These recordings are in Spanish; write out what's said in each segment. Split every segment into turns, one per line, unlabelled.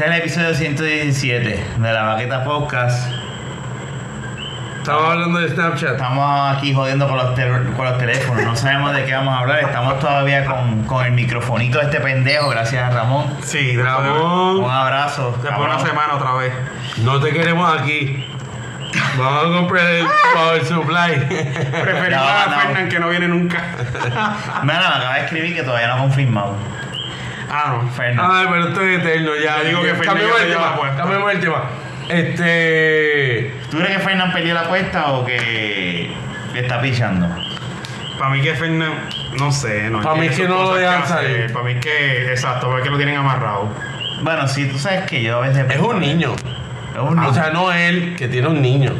este episodio 117 de la Baqueta Podcast.
Estamos hablando de
Ah,
Snapchat.
Estamos aquí jodiendo con los, tel- con los teléfonos, no sabemos de qué vamos a hablar. Estamos todavía con, con el microfonito de este pendejo, gracias a Ramón.
Sí,
Un
Ramón,
abrazo.
Después de
cabrón.
Oh. una semana otra vez.
no te queremos aquí. Vamos a comprar el Power Supply.
Preferimos
No,
a
no.
Fernan que no viene nunca.
Mira, me acaba de escribir que todavía no ha confirmado.
Ah, no.
Fernando.
Ay, pero esto es eterno ya.
Te digo que
cambiemos el
Fernández ya lleva
tema.
la puesta.
Cambiemos el tema. Este.
¿Tú crees que Fernan perdió la apuesta o que le está pichando?
Para mí que Fernan, no sé, no.
Pa' mí que no lo dejan salir.
Para mí que, exacto, para que lo tienen amarrado.
Bueno, sí, tú sabes que yo a veces.
Es un niño.
Es un
O
niño.
sea, no él, que tiene un niño.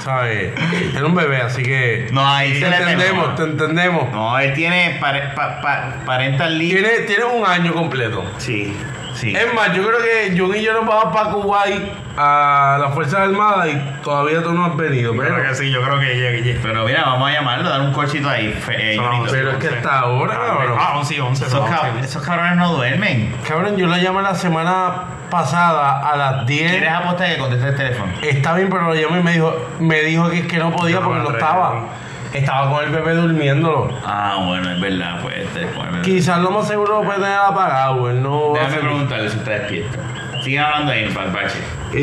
¿Sabes? Tiene un bebé, así que.
No, ahí
Te
se le
entendemos, te
terminó.
entendemos.
No, él tiene pare- pa- pa- parental leave.
Tiene, tiene un año completo.
Sí, sí.
Es más, yo creo que John y yo nos vamos para Kuwait a las Fuerzas Armadas y todavía tú no has venido.
Yo creo
Pero,
que sí, yo creo que llegue. llegue.
Pero mira, vamos a llamarlo, dar un corchito ahí. fe- eh,
Son las
Junito.
11,
pero es que
11.
hasta ahora, cabrón.
Ah, 11 y 11.
esos,
son
cab-
11.
esos cabrones no duermen.
cabrón, yo la llamé la semana pasada a las 10.
¿Quieres apostar que conteste el teléfono?
Está bien, pero lo llamé y me dijo, me dijo que es que no podía
Yo no
porque
me
no
atrevo.
estaba. Estaba con el bebé durmiéndolo.
Ah, bueno, es verdad, pues este bueno,
Quizás lo más seguro lo puede tener apagado, él no. va a
Déjame
ser-
preguntarle si está despierto. Sigan hablando ahí, Pache.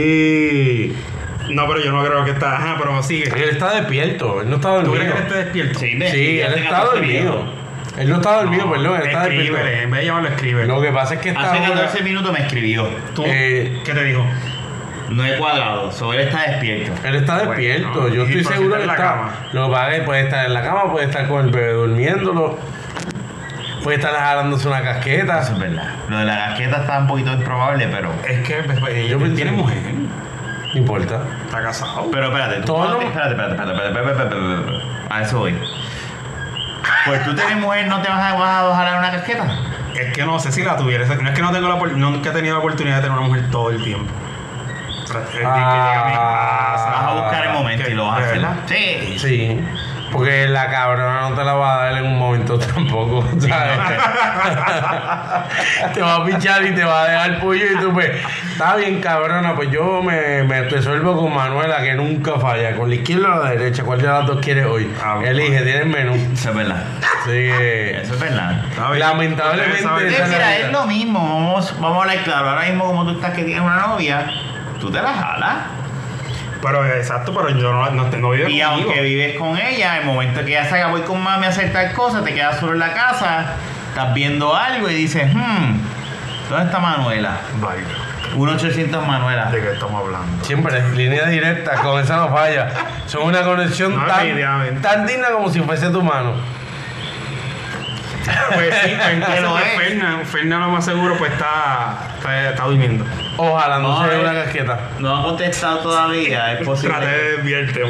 Y.
No, pero yo no creo que está. Ajá, pero sigue.
Él está despierto, él no está
¿Tú
dormido.
crees que él esté despierto?
Sí, él está dormido. Él no está dormido, perdón, él está
Escríbele,
despierto.
en vez de llamarlo, escribe.
Lo que pasa es que está.
Hace
ahora-
14 minutos me escribió.
¿Tú?
Eh,
¿Qué te dijo?
No he cuadrado, sobre él está despierto.
Él está
Bueno,
despierto,
¿no?
yo
Y
estoy
por si
seguro
está
que
en la
está.
cama.
Lo paga y puede estar en la cama, puede estar con el bebé durmiéndolo, puede estar jalándose una
Eso
casqueta.
es verdad. Lo de la gasqueta está un poquito improbable, pero.
Es que pues, eh,
Yo pensé-
tiene mujer.
No importa.
Está casado.
Pero espérate, tú-
Todo lo-
espérate, espérate, espérate, espérate, espérate, espérate, espérate, espérate. A eso voy. Pues tú tenés mujer, no te vas a, vas a jalar una casqueta.
Es que no sé si la tuviera. Es- No es que no tengo la opor- nunca he tenido la oportunidad de tener una mujer todo el tiempo. eh, O sea, el día que llega a mi casa,
Vas a buscar el momento
¿qué?
y lo vas a
¿De
hacer.
verdad?
Sí.
Ah, Sí. Porque la cabrona no te la va a dar en un momento tampoco. ¿sabes? te va a pinchar y te va a dejar pollo y tú pues, está bien cabrona, pues yo me, me resuelvo con Manuela que nunca falla, con la izquierda o la derecha, cuál de las dos quieres hoy.
Ah,
Elige, tiene el menú.
Eso es verdad.
Así que,
Eso es verdad.
Está bien.
Lamentablemente-
Ustedes saben-
Entonces,
Esa es la
mira,
vida.
es lo mismo. Vamos, vamos a hablar claro. Ahora mismo, como tú estás que tienes una novia, tú te la jalas.
Pero eh, exacto, pero yo no, no, no vivo
Y
conmigo.
aunque vives con ella, el momento que ella salga, voy con mami a hacer tal cosa, te quedas solo en la casa, estás viendo algo y dices, hmm, ¿dónde está Manuela?
Vaya,
1800 Manuela.
¿de qué estamos hablando?
siempre, línea directa, con esa no falla. Son una conexión
No,
tan,
definitivamente.
tan digna como si fuese tu mano.
Pues sí, pues, entonces,
Pero
pues,
es.
Fernan, Fernan lo más seguro pues está, está, está durmiendo.
Ojalá no,
No,
se dé
eh.
una casqueta.
No ha contestado todavía, es
Traté
posible.
de desviarte.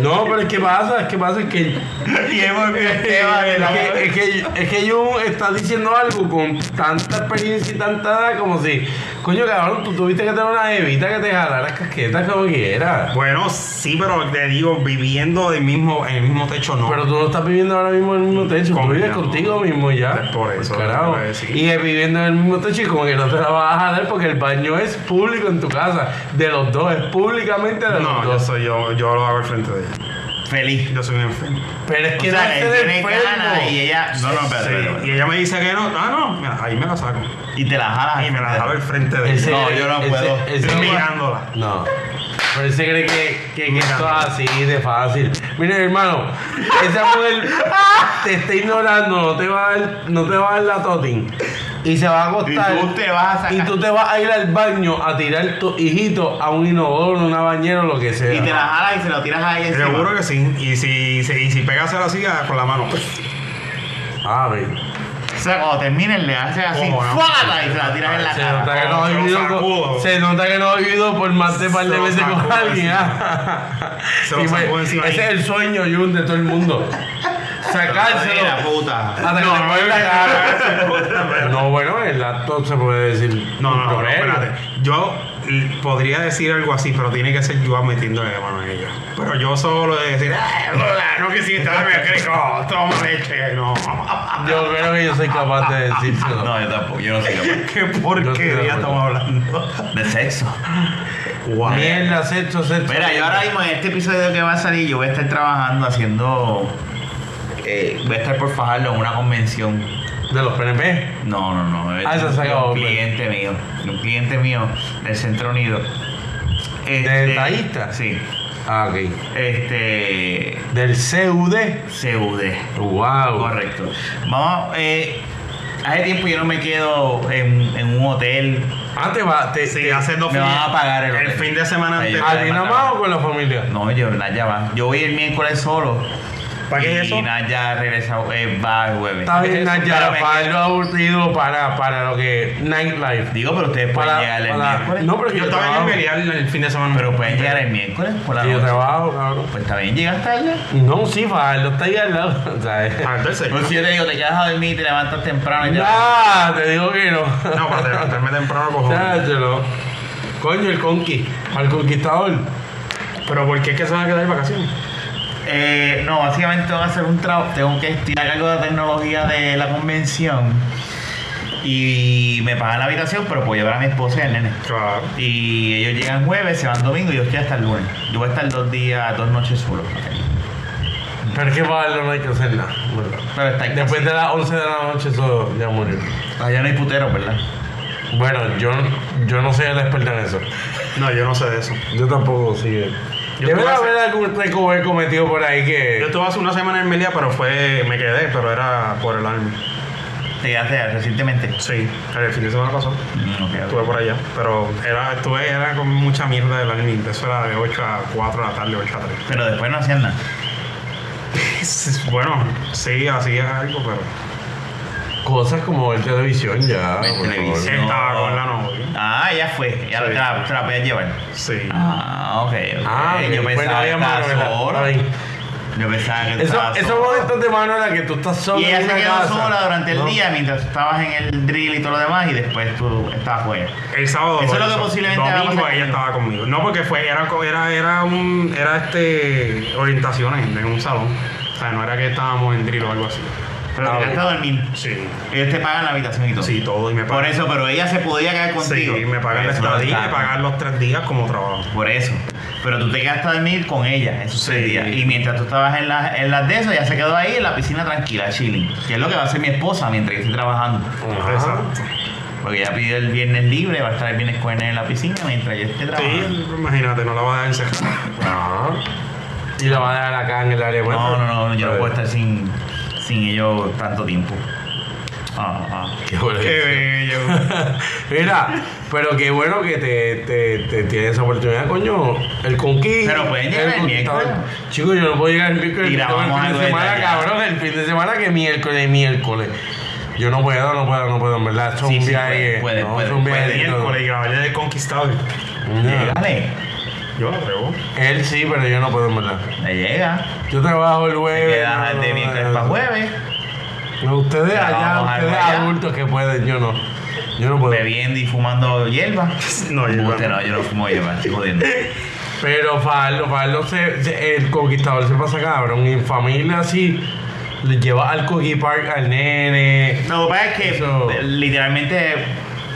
No, pero es que pasa, es que pasa, es que
y hemos
Es que, es, que, es que yo está diciendo algo con tanta experiencia y tanta edad como si, coño cabrón, tú tuviste que tener una evita que te jalara las casquetas como quieras.
eh, Bueno, sí, pero te digo, viviendo del mismo, en el mismo techo no.
Pero tú no estás viviendo ahora mismo en el mismo techo, tú
Con-
vives
no.
contigo mismo ya. Pues
Es por eso,
Carajo.
te lo decía.
Y es viviendo en el mismo techo y como que no te la vas a jalar porque el baño es público en tu casa, de los dos, es públicamente de
no,
los
yo,
dos.
soy, yo, yo lo hago al frente de ella.
Feliz.
Yo soy un enfermo.
Pero es
O
que no
sea,
es
él
ser
tiene ganas y
enfermo.
ella. No, no, espérate,
Sí,
espérate, espérate.
Y ella me dice que no. Ah, no, mira, ahí me la saco.
Y te la jalas.
Ahí me la jalo al frente de
Ese-
ella.
No, yo no
ese-
puedo.
ese-
Estoy mirándola.
No. Pero él se cree que, que- que esto es así de fácil. Miren, hermano, esa mujer te está ignorando, no te va a dar, no te va a dar la totin. Y se va a acostar.
Y tú te vas a sacar.
Y tú te vas a ir al baño a tirar tu hijito a un inodoro, una bañera o lo que sea.
Y te la jalas y se lo tiras a ella encima.
Seguro que sí. Y si, si, y si pegas a la silla ah, con la mano.
A ver.
O sea, cuando terminen le haces así,
Ojo, no.
¡fuata! Y se la tiras en la
Se
cara.
nota, que no ha
Se lo
vivido
sacudo.
con- se nota que no ha vivido por más de par
Se
de
lo
veces con
sacudo
alguien.
Se lo
Y pues,
sacudo encima
ese es
ahí.
el sueño, Jun, de todo el mundo.
Ay, la
Sacárselo.
puta.
Hasta que te mueve la cara. No, bueno, el laptop se puede decir.
No, no, no, no,
por él.
espérate. Yo l- podría decir algo así, pero tiene que ser yo metiéndole la mano a ella. Pero yo solo de decir, "Ay, hola, no quisiste darme el crico, toma leche, no.
Yo creo que yo soy capaz de decírselo.
No, yo tampoco, yo no soy capaz.
¿Qué porquería estamos hablando?
De sexo.
Wow.
Mierda, sexo, sexo.
Mira, yo ahora mismo en este episodio que va a salir, yo voy a estar trabajando haciendo. eh, voy a estar por fajarlo en una convención.
De los PNP.
No, no, no. es
Ah, eso se acabó,
Un
hombre.
cliente mío. Un cliente mío del Centro Unido.
Este,
taísta?
Sí.
Ah, ok.
Este.
Del CUD.
CUD.
Wow.
Correcto. Vamos, eh, hace tiempo yo no me quedo en, en un hotel.
Ah, te va. Te,
Sí,
te-
hace dos
Me
fines-
van a pagar el
el
hotel.
fin de semana
Ahí
antes.
va.
¿A Dinamá o con la familia?
No, yo, Naya va. Yo voy el miércoles solo.
¿Para qué es
Y
eso?
Naya regresa, eh, va el jueves.
Está bien,
Pero
Naya,
me-
para lo aburrido, para, para lo que. Nightlife.
Digo, pero ustedes pueden
Para-
llegar el
para-
miércoles.
no, porque
Yo
yo
estaba en
trabajo.
Imperial el fin de semana.
Pero
pues,
pueden llegar el miércoles por la
Sí, yo
noche.
trabajo, cabrón.
Pues está bien, llegas tarde.
No, sí, Fajardo está ahí al lado. ¿sabes?
Ah, entonces.
Pero si yo te digo, te quedas a dormir y te levantas temprano y te vas.
Nah, te digo que no.
No, para levantarme temprano, cojones.
Cháchalo. Coño, el conqui. Al conquistador.
Pero ¿por qué es que se van a quedar de vacaciones?
Eh, no, básicamente tengo que hacer un trabajo, tengo que tirar algo de tecnología de la convención y me pagan la habitación, pero puedo llevar a mi esposa y al nene.
Claro.
Y ellos llegan jueves, se van domingo y yo estoy hasta el lunes. Yo voy a estar dos días, dos noches solo.
Pero es que Fajardo no hay que hacer nada. ¿verdad?
Pero está ahí.
Después de las 11 de la noche, eso ya murió.
Allá no hay puteros, ¿verdad?
Bueno, yo, yo no soy el experto en eso.
No, yo no sé de eso.
Yo tampoco, sí.
Yo
Debe
tuve hace-
haber algún treco haber cometido por ahí
Yo
que.
estuve hace una semana en Melia, pero fue, me quedé, pero era por el Army.
Te quedaste recientemente.
Sí, el fin de semana pasado.
Mm, ok, ok.
Estuve por allá, pero era, estuve, era con mucha mierda del Army. Eso era de 8 a 4 de la tarde, 8 a
Pero después no hacían nada.
3. Bueno, sí, así es algo, pero.
Cosas como ver televisión ya.
Ver
por
televisión.
favor.
Estaba con la novia.
Ah, ya fue. Ya
Sí.
te, la, te la voy a llevar.
Sí.
Ah, ok. ok.
Ah,
yo
ok. Bueno,
pensaba
había
que estabas
Manuela.
sola.
Está bien.
Yo pensaba que
Eso,
estabas
esos
sola.
momentos de mano en la que tú estás solo.
Y ella
en
se
una
quedó
casa,
sola durante el
¿no?
día mientras estabas en el drill y todo lo demás y después tú estabas fuera.
El sábado.
Eso es lo
pasó.
que posiblemente va a
Domingo
pasar
ella
conmigo.
estaba conmigo. No, porque fue, era, co- era, era un, era este, orientaciones en un salón. O sea, no era que estábamos en drill o algo así.
Pero te quedaste a dormir.
Ah, Sí.
Ellos te pagan la habitación y todo.
Sí, todo, y me
Por
pagan.
eso, pero ella se podía quedar contigo.
Sí, me
eh,
pagan la
Por eso no
estadía y me
está.
pagan los tres días como trabajo.
Por eso. Pero tú te quedaste a dormir con ella esos tres
Sí.
días. Y mientras tú estabas en las en las de esas, ella se quedó ahí en la piscina tranquila, chilling. Que es lo que va a hacer mi esposa mientras yo estoy trabajando.
Ajá.
Exacto.
Porque ella pidió el viernes libre, va a estar el viernes con él en la piscina mientras yo esté trabajando.
Ah.
Sí, imagínate, no la vas a dejar encerrada.
Ajá. Y la van a dejar acá en el área.
No, no, no, yo no puedo estar sin, sin ellos tanto tiempo. Ah, ah.
Qué bueno.
Qué bello.
Mira, pero qué bueno que te, te, te tienes esa oportunidad, coño. El conquista.
Pero pueden llegar el
conquistador.
miércoles.
Chicos, yo no puedo llegar el miércoles.
Y
yo tengo
grabamos
el fin
algo
de
de
semana,
talla.
cabrón. El fin de semana que miércoles, miércoles. Yo no puedo, no puedo, no puedo, en verdad. Esto es
Sí,
un
sí,
viaje.
puede, puede,
no,
puede,
es un viaje
puede,
lindo.
Miércoles y caballo de conquistador.
No.
Llegale,
Yo la pruebo.
Él sí, pero yo no puedo, en verdad.
le llega.
Yo trabajo el
Te
jueves.
quedas
no,
de
no,
miércoles
no,
para
no.
jueves,
No, ustedes allá,
Trabajamos algo
ustedes
allá.
adultos que pueden, yo no. Yo no puedo.
bebiendo y fumando hierba.
Pues- No, yo
Usted no, yo no fumo hierba, estoy jodiendo.
Pero Farlo, Farlo, se, se- el conquistador se pasa cabrón. Y en familia así, le lleva al Cookie Park al nene.
No, lo que pasa es que
Eso-
eh, literalmente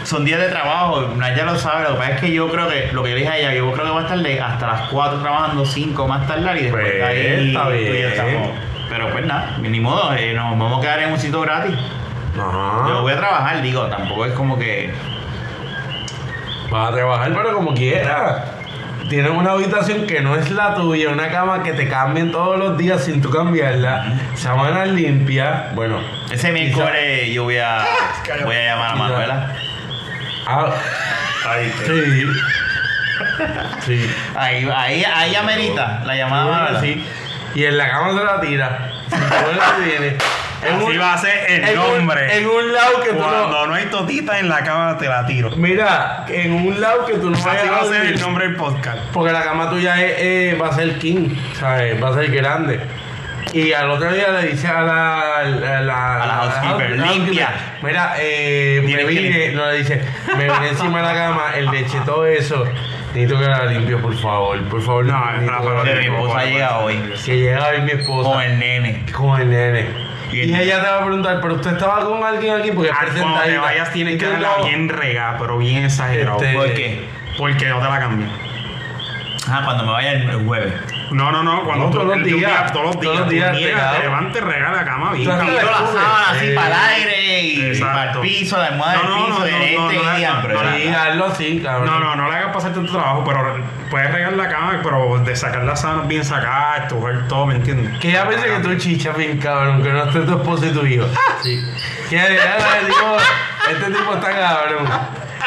son días de trabajo, Naya lo sabe, lo que pasa es que yo creo que, lo que yo le dije a ella, yo creo que voy a estar de- hasta las 4 trabajando, 5 más tardar y después
Pues,
de ahí
está
tú y yo
bien.
estamos. Pero pues nada, ni modo, eh, nos vamos a quedar en un sitio gratis. Yo
Ajá.
voy a trabajar, digo, tampoco es como que...
Vas a trabajar, pero como quiera. Tienes una habitación que no es la tuya, una cama que te cambian todos los días sin tú cambiarla. Sábanas limpias. Bueno,
Ese miércoles yo voy a, voy a llamar a
Quizá.
Manuela.
ah,
Ahí te-
sí. Sí.
Ahí, ahí, ahí amerita la llamada a
Bueno,
Manuela.
sí. Y en la cama se la tira. Bueno, la tiene. En
Así
un-
va a ser el
en un-
nombre.
en un lado que tú no.
Cuando no hay totita en la cama, te la tiro.
Mira, en un lado que tú no vayas
Así va a ser
dormir.
el nombre del podcast.
Porque la cama tuya es, eh, va a ser king, ¿sabes? Va a ser grande. Y al otro día le dice a la, a la,
A la housekeeper, limpia.
Mira, eh, me
Tienes que
vine,
limpiar.
no le dice, me vine encima de la cama, el leche, todo eso. Necesito que la limpie, por favor, por favor.
No,
necesito
Rafa,
que la
no
Pero mi
limpie.
esposa llega hoy
Que llega hoy mi esposa.
con el nene.
Con el nene.
Y
Y,
el-
ella te va a preguntar, pero usted estaba con alguien aquí porque
Ah, Cuando te
presentadita.
vayas tienes que
Entonces,
darla
no,
bien regada, pero bien exagerado.
Este-
¿Por qué?
Porque no te la cambian.
Ah, cuando me vaya el el jueves.
No, no, no. Cuando
No,
tú-
todos los
el de un
días.
todos los días,
Todos los
tú
días
niegas,
regado.
te levantas regada la cama bien.
Tú has
Y
cabrón.
yo la sábana así
Eh,
para el aire y
exacto.
para el piso, la almohada
No,
del
no,
piso,
no,
del
no,
este
no,
y
no,
diantre.
no,
Sí, hazlo así, cabrón.
No, no, no le hagas pasar tanto trabajo, pero puedes regar la cama, pero de sacar las sábanas bien sacadas, estrujar todo, ¿me entiendes?
Que ella piense que tú chichas bien cabrón, que no esté tu esposo y tu hijo. Sí. Que ella diga, "Ah, tipo, este tipo está cabrón.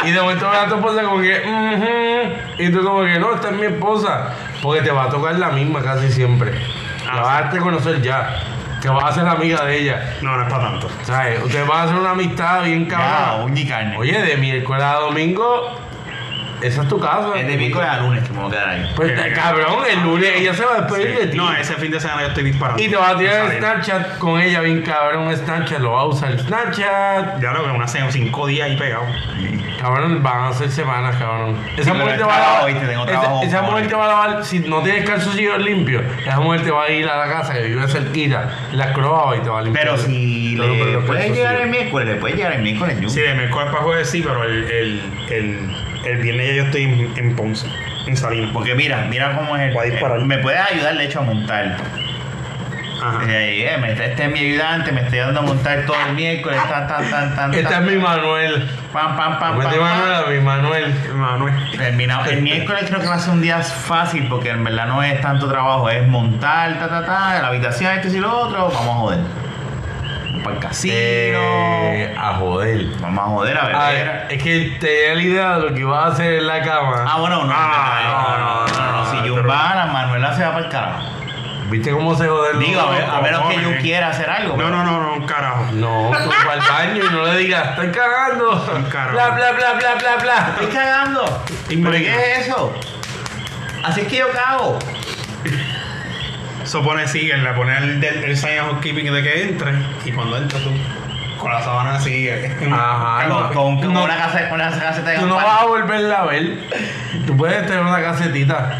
Y de momento ve a tu esposa como que, "Ujú". y tú como que, no, esta es mi esposa. Porque te va a tocar la misma casi siempre. La vas a darte conocer ya. Te vas a hacer amiga de ella.
No, no es para tanto.
¿Sabes? Ustedes van a hacer una amistad bien
Ya,
cabrón.
uña y carne.
Oye, de miércoles a domingo, esa es tu casa.
es de miércoles a lunes que me voy a quedar ahí.
Pues cabrón, el lunes ella se va a despedir de ti.
No, ese fin de semana yo estoy disparando.
Y te va a tirar
Saliendo.
Snapchat con ella bien cabrón. Snapchat lo va a usar Snapchat.
Ya lo que una semana, cinco días ahí pegado.
Cabrón, van a ser semanas, cabrón. Esa
Sí,
mujer
pero
te va a lavar.
hoy te tengo
esa-
trabajo,
esa mujer
pobre.
te va a lavar. Si no tienes calzoncillos limpios, esa mujer te va a ir a la casa que vive cerquita, la croaba y te va a limpiar.
Pero si
Todo por
le
los
puede llegar el
calzoncillos.
miércoles, le puede llegar el miércoles. yo-
Sí, de miércoles para jueves sí, pero el, el, el, el viernes ya yo estoy en, en Ponce, en Salinas.
Porque mira, mira cómo es el.
Voy a disparar.
eh, me puedes ayudar, de hecho, a montar.
Ah. Ajá.
Eh, eh, me está, este es mi ayudante, me está ayudando a montar todo el miércoles. Tan, tan, tan, tan,
Este
Esta
tan.
es mi Manuel.
Pam, pam, pam, pam.
Mete
pam.
Manuel a mi Manuel.
Manuel.
Terminado. Pues El miércoles creo que va a ser un día fácil porque en verdad no es tanto trabajo, es montar, ta, ta, ta, la habitación, esto y lo otro. Vamos a joder. Vamos para el casino.
Eh, a joder.
Vamos a joder a ver.
A ver, es que tenía la idea de lo que iba a hacer en la cama.
Ah, bueno, no.
Ah,
no, no, no, no, no, no,
no,
Si
no,
Jun
no.
va, la Manuela se va para el carajo.
¿Viste cómo se jode el
Digo, a, ver- a
no,
menos que
no,
Jun
eh.
quiera hacer algo.
No,
pero-
no, no, no, un carajo.
No, tú vas al baño y no le digas, estoy cagando.
carajo.
Bla, bla, bla, bla, bla, bla.
Estoy cagando. ¿Pero qué es eso? Así es que yo cago.
Eso pone sigue, le pone el, el, el sign of housekeeping de que entre y cuando entra tú, con la sábana así. eh,
Ajá,
calor.
Con, con- con
Ah, No.
una casa, con una caseta de
Tú no
campana.
vas a volverla a ver. Tú puedes tener una casetita.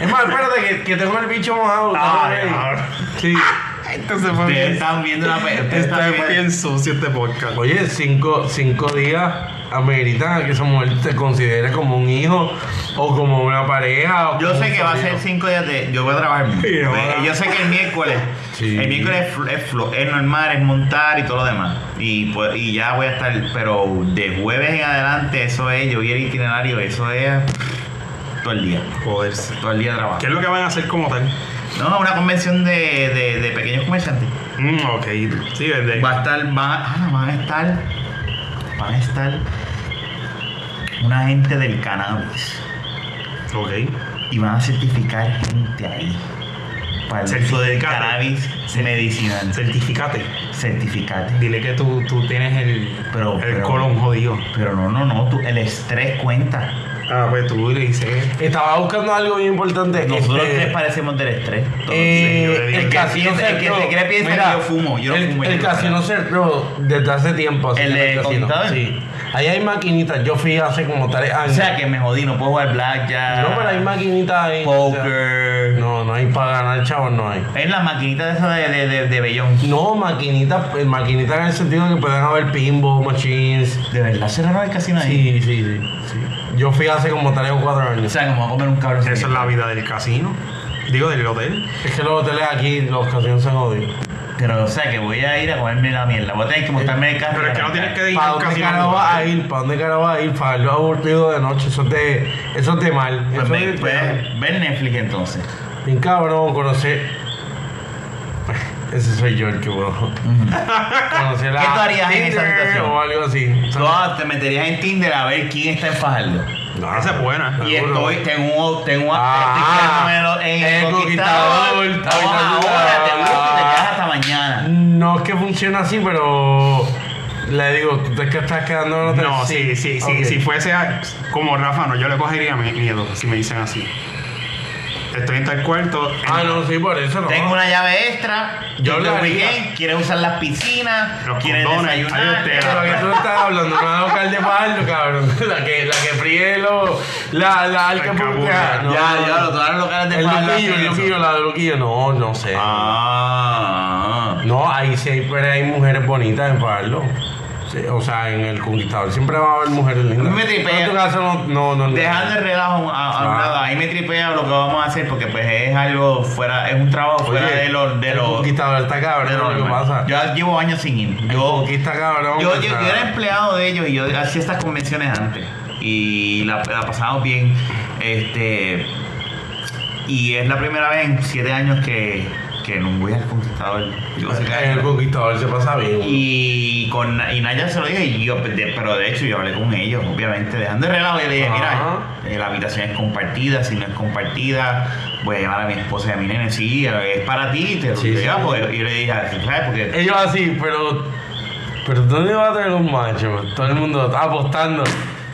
Es más, espérate que, que tengo el bicho mojado.
Ah,
cabrón.
ya.
Sí.
Entonces fue
Ustedes
bien.
están viendo una pe- ustedes
Está
están viendo-
bien sucio este podcast.
Oye, cinco, cinco días ameritan a que esa mujer te considere como un hijo o como una pareja. o
Yo
como
sé
un
que va a
sobrino.
ser cinco días de. Yo voy a trabajar.
Sí,
Yo-
ahora.
Yo sé que el miércoles.
Sí.
El miércoles es, fl- es flo- es normal, es montar y todo lo demás. Y, pues, y ya voy a estar. Pero de jueves en adelante, eso es. Yo vi el itinerario, eso es. Todo el día.
Joderse.
Todo el día de trabajo.
¿Qué es lo que van a hacer como tal?
No, una convención de, de, de pequeños comerciantes.
Mm, ok. Sí, desde.
Va a estar, van, ah, van a estar, van a estar una gente del cannabis
Ok.
y van a certificar gente ahí para el uso del
Certificate.
cannabis medicinal.
Certificate.
Certificate.
Dile que tú, tú tienes el,
Pero-
el
pero-
colon jodido.
Pero no, no, no, tú- el estrés cuenta.
Ah, pues tú le dices.
Estaba buscando algo bien importante.
Nosotros
este,
tres parecemos del estrés. todos.
Eh,
Entonces, yo le digo,
el
el que
casino
piensa- el que
cerró.
se cree piensa que yo fumo, yo no
el,
fumo,
el
yo no
casino cerró desde hace tiempo. así
¿El
que
de
el casino,
contador?
Sí. Ahí hay maquinitas. Yo fui hace como tres
o
años.
sea que me jodí, no puedo jugar blackjack.
no, pero hay maquinitas ahí. o sea,
Poker.
no, no hay para ganar, chavos, no hay.
Es la maquinita de esa de, de, de, de Bellón.
No, maquinitas, pues, maquinitas en el sentido de que pueden haber pinball, machines.
¿De verdad cerraron el casino ahí?
Sí, sí, sí, sí. Yo fui hace como tres o cuatro
O
años.
sea, como a comer un cabrón.
Esa es la vida del casino. Digo, del hotel.
Es que los hoteles aquí, los casinos se jodido.
Pero, o sea, que voy a ir a comerme la mierda. Voy a tener que montarme en el carro.
Pero es que no
arrancar.
tienes que ir
¿Para
a un
dónde
casino.
carajo vas a ir? ¿Para dónde carajo vas a ir? Para lo aburrido de noche. Eso te, eso te mal.
Pues
Eso
ve-
te-
pues, ver Netflix entonces.
Bien cabrón, conocer. Ese soy yo el que puedo. Conocer
¿Qué tú harías en esa
Tinder
situación?
O algo así.
No, ah, te meterías en Tinder a ver quién está en Fajardo.
No,
Esa es buena.
Y
Seguro.
estoy, tengo, un- tengo una
Ah,
estoy quedándome
el conquistador,
Estamos
está
ahora,
bailando la-
te vas y te quedas hasta mañana.
No es que funcione así, pero. Le digo, ¿tú es que estás quedando en hotel?
No, sí, sí, sí.
Ok.
Si fuese a- como Rafa, no, yo le cogería mi- miedo si me dicen así. estoy en tal cuarto.
Ah, no, sí, por eso no.
Tengo una llave extra.
Yo
Yo
la
le
haría.
weekend. Quieres usar las piscinas.
Los
quieres
condones,
desayunar.
hay hoteles.
Pero que tú estás hablando, no hago de paldo, cabrón. La que, la que fríe lo, la, la alca
Alcaburra.
pública. No,
ya,
no,
ya,
no.
lo tomaron los caras de
El
espalda,
loquillo, el
eso.
loquillo, la de loquillo. No, no sé.
Ah.
No, ahí sí hay, pero hay mujeres bonitas en Pablo. Sí, o sea, en el conquistador siempre va a haber mujeres lindas.
A mí me tripea.
Pero en tu caso no, no, no, no.
Dejando el relajo a, a un
Ah.
lado, ahí me tripea lo que vamos a hacer porque pues es algo fuera, es un trabajo
Oye,
fuera de los de
el
los
conquistador está
de
cabrón,
lo
lo que
normal.
pasa.
Yo llevo años sin ir.
el
Yo,
conquista cabrón.
yo,
o
yo-
sea.
yo era empleado de ellos y yo hacía estas convenciones antes y la, la pasamos bien. Este y es la primera vez en siete años que, que no voy al conquistador. Yo sé que-
En el conquistador se pasa bien.
y con y Naya se lo dije y yo de- pero de hecho yo hablé con ellos obviamente dejando el relajo y le dije
Ajá.
mira eh, la habitación es compartida si no es compartida voy a llevar a mi esposa y a mi nene sí es para ti te lo
Sí, Eh, sí.
llevas, porque- y yo le dije así, ¿sabes? porque
Ellos así, pero. Pero ¿dónde va a traer un macho? man? Todo el mundo está apostando.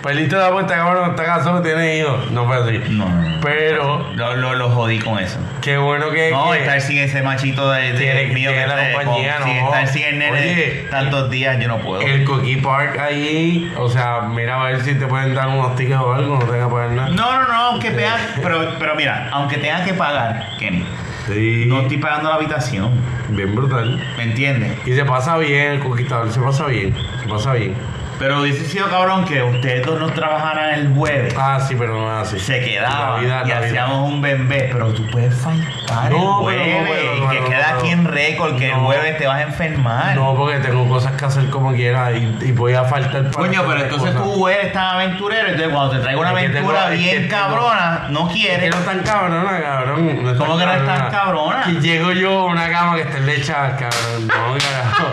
Pelito de apuesta, cabrón, está casado, tiene hijos. No fue así.
no, no, no.
Pero,
Lo, lo, lo jodí con eso
qué bueno que.
no
que-
estar sin ese machito de, de-
Tiene que
mío que
tener la
está-
compañía,
sin
no.
estar sin el nene
Oye.
tantos días yo no puedo
El Coqui Park ahí, o sea, mira a ver si te pueden dar unos tickets o algo, no tenga que pagar nada.
no no no aunque tenga pero pero mira aunque tenga que pagar Kenny
Sí,
no estoy pagando la habitación
bien brutal.
¿me entiendes?
Y se pasa bien, el conquistador se pasa bien, se pasa bien.
Pero hubiese sido cabrón que ustedes dos no trabajaran el jueves.
Ah, sí, pero no es así.
Se quedaban
La vida,
y
la vida.
hacíamos un bembé, pero tú puedes faltar
No,
el
pero no,
jueves
pero
y
no,
que
no,
queda
no.
aquí en récord que el
No.
jueves te vas a enfermar.
No, porque tengo cosas que hacer como quiera y, y voy a faltar para
Coño, pero
hacer
entonces
cosas.
tú eres tan aventurero, entonces cuando te traigo una
Es que
aventura
tengo- es
bien
que tengo-
cabrona, no
Es que
quieres.
no es tan cabrona, cabrón. No es
¿Cómo
tan
que no es tan cabrona?
Que llego yo a una cama que esté lecha, cabrón. No, carajo.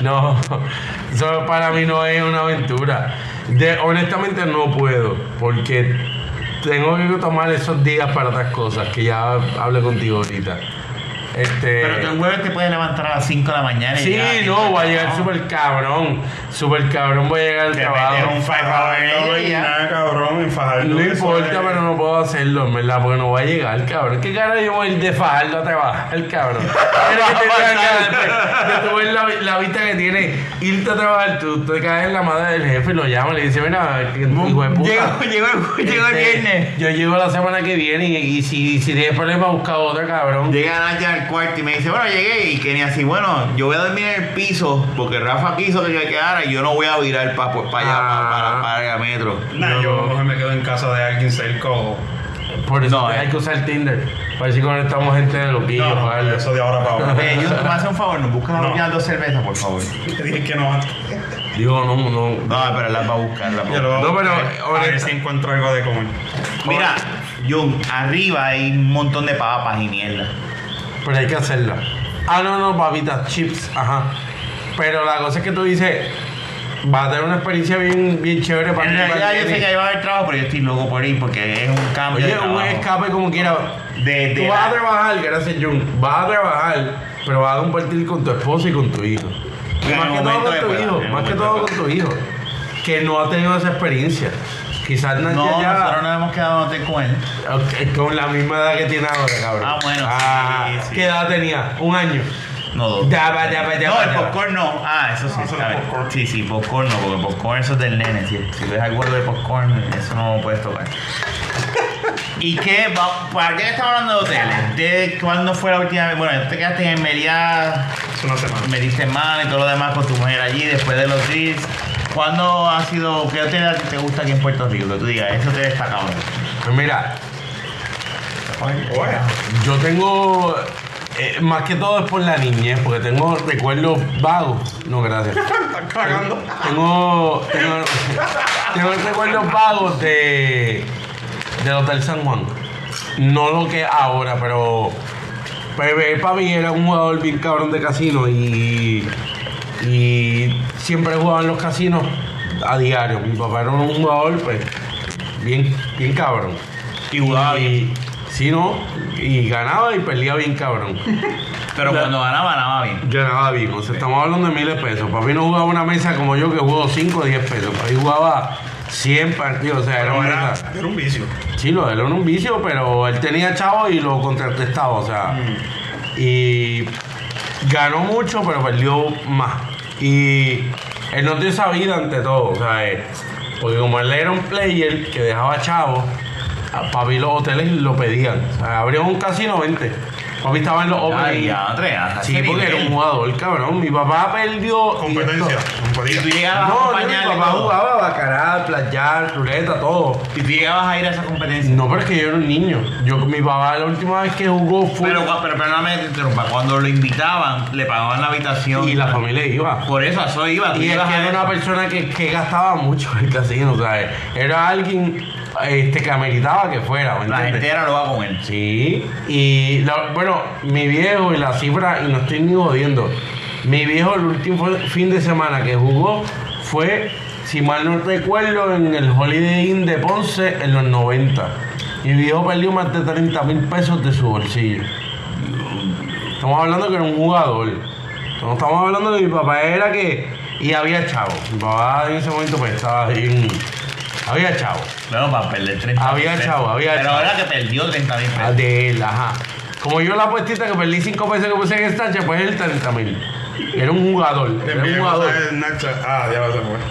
No. Eso para mí no es una aventura. De- honestamente no puedo, porque tengo que tomar esos días para otras cosas, que ya hablé contigo ahorita. Este.
Pero tú el jueves te puedes levantar a las 5 de la mañana y
Sí,
llegar a
no,
tiempo.
voy a llegar súper cabrón. Súper cabrón, voy a llegar al
Te
trabajo.
metieron un
Fajardo
fajardo
y nada, cabrón, en Fajardo.
No
eso eh.
importa,
es-
pero no puedo hacerlo, en verdad, porque no voy a llegar, cabrón. ¿Qué cara yo voy a ir de falda a trabajar, cabrón? Pero que te cara, pues. tú ves la, vi- la vista que tiene irte a trabajar, tú te caes en la madre del jefe y lo llama y le dice, mira, que- hijo de puta.
Llegó, llegó, llegó el
Este,
viernes.
Yo llego la semana que viene y, y si, si tienes problemas, busca otra, cabrón.
Llega Naya al cuarto y me dice, bueno, llegué y Kenny así, bueno, yo voy a dormir en el piso porque Rafa quiso que yo me quedara y yo no voy a virar para allá,
Ah.
para, para, el metro.
Nah,
No.
yo mejor me quedo en casa de alguien cerca o...
Por eso
No,
hay
eh.
que usar Tinder. Para ver si conectamos gente de los pillos,
No,
para
no, eso de ahora para ahora.
Oye, yo, me hace un favor, nos buscas
No.
unas dos cervezas, por favor.
Te dije que no antes.
Digo, no, no.
No, pero las va a buscar, las va a
Yo lo
buscar.
voy a
No, pero,
buscar, A
ahorita-
ver si encuentro algo de comer.
Mira, Jun, arriba hay un montón de papas y mierda.
Pero Pues hay que hacerla. Ah, no, no, papitas, chips, ajá. Pero la cosa es que tú dices, va a tener una experiencia bien, bien chévere para
En
ti, para
realidad
ti.
yo sé que ahí va a haber trabajo, pero yo estoy loco por ir porque es un cambio de
Oye, un
trabajo.
escape como quiera.
De-
Tú
de
vas a
la-
trabajar, gracias Jun, vas a trabajar, pero vas a compartir con tu esposa y con tu hijo.
En
más
el
que todo
momento
con tu
después,
hijo,
en el
más que
momento
todo con
después.
tu hijo. Que no ha tenido esa experiencia. Quizás Nadia
No,
ya...
nosotros nos hemos quedado en hotel con él.
Ok, con la misma edad que tiene ahora, cabrón.
Ah, bueno, sí, sí.
¿Qué edad tenía? Un año.
No, dos.
Ya va, ya va, ya
no,
va,
el
ya va.
popcorn no. Ah, eso sí,
No, eso
está
no es
bien.
popcorn.
Sí, sí, popcorn no, porque popcorn eso es del nene. Si, si ves algo de popcorn, eso no lo puedes tocar. ¿Y qué? va- ¿Para qué estamos hablando de hoteles? ¿De cuándo fue la última vez? Bueno, tú te quedaste en Meliá,
Es una semana.
me diste mal y todo lo demás con tu mujer allí, después de los deals. ¿Cuándo ha sido, qué hotel a ti te gusta aquí en Puerto Rico? Que tú digas, ese hotel está cabrón.
Pues mira,
Bueno.
Yo tengo, eh, más que todo es por la niñez, porque tengo recuerdos vagos. No, gracias.
Estás cagando.
Tengo, tengo, tengo recuerdos vagos de, del Hotel San Juan. No lo que ahora, pero Pepe para mí era un jugador bien cabrón de casino y, y siempre jugaba en los casinos a diario. Mi papá era un jugador, pues, bien, bien cabrón.
Y jugaba bien.
Y, sí, no. Y ganaba y perdía bien, cabrón.
Pero cuando ganaba, ganaba bien.
Ganaba bien. O sea, estamos hablando de miles de pesos. Papi no jugaba una mesa como yo que juego 5 o 10 pesos. Papi jugaba 100 partidos. O sea, era
Pero
una
era,
cosa-
era un vicio.
Sí, lo de él era un vicio, pero él tenía chavo y lo contratestaba, o sea.
Mm.
Y ganó mucho, pero perdió más. Y él no dio esa vida ante todo, o sea, eh, porque como él era un player que dejaba chavo, a papi los hoteles lo pedían. O sea, abrió un casino 20. Papi estaba en los
Ay,
open.
ya, tres. hasta
Sí,
ese
porque era
nivel.
un jugador, cabrón. Mi papá perdió. y
Competencia.
esto-
Y tú
competencia.
llegabas a
No, no, mi
acompañarle y
papá
todo.
jugaba bacará, playar, ruleta, todo.
Y tú llegabas a ir a esa competencia.
No, pero es que yo era un niño. Yo, mi papá la última vez que jugó fue...
Pero, cua- pero, pero no me interrumpa, cuando lo invitaban, le pagaban la habitación.
y la familia iba.
Por eso, a eso iba. tú
Y es
ibas
que
a-
era una persona que, que gastaba mucho en el casino, ¿sabes? Era alguien este, que ameritaba que fuera, ¿me
La gente
entiendes?
era loca con él.
Sí. Y, la- bueno, mi viejo y la cifra, y no estoy ni jodiendo, mi viejo el último fin de semana que jugó fue, si mal no recuerdo, en el Holiday Inn de Ponce en los 90. Mi viejo perdió más de 30 mil pesos de su bolsillo. Estamos hablando que era un jugador. No estamos hablando de mi papá era que. Y había chavo. Mi papá en ese momento pues estaba bien. Había chavo.
Bueno, para perder 30
Había
pesos.
chavo, había
Pero
chavo.
ahora que perdió 30 mil
Ah,
pesos.
De él, ajá. Como yo la apuestita que perdí 5 pesos que puse en estancia, pues él 30 mil. Era un jugador. Era un
Envié
jugador.
mensaje en Snapchat. Ah, ya va a ser bueno.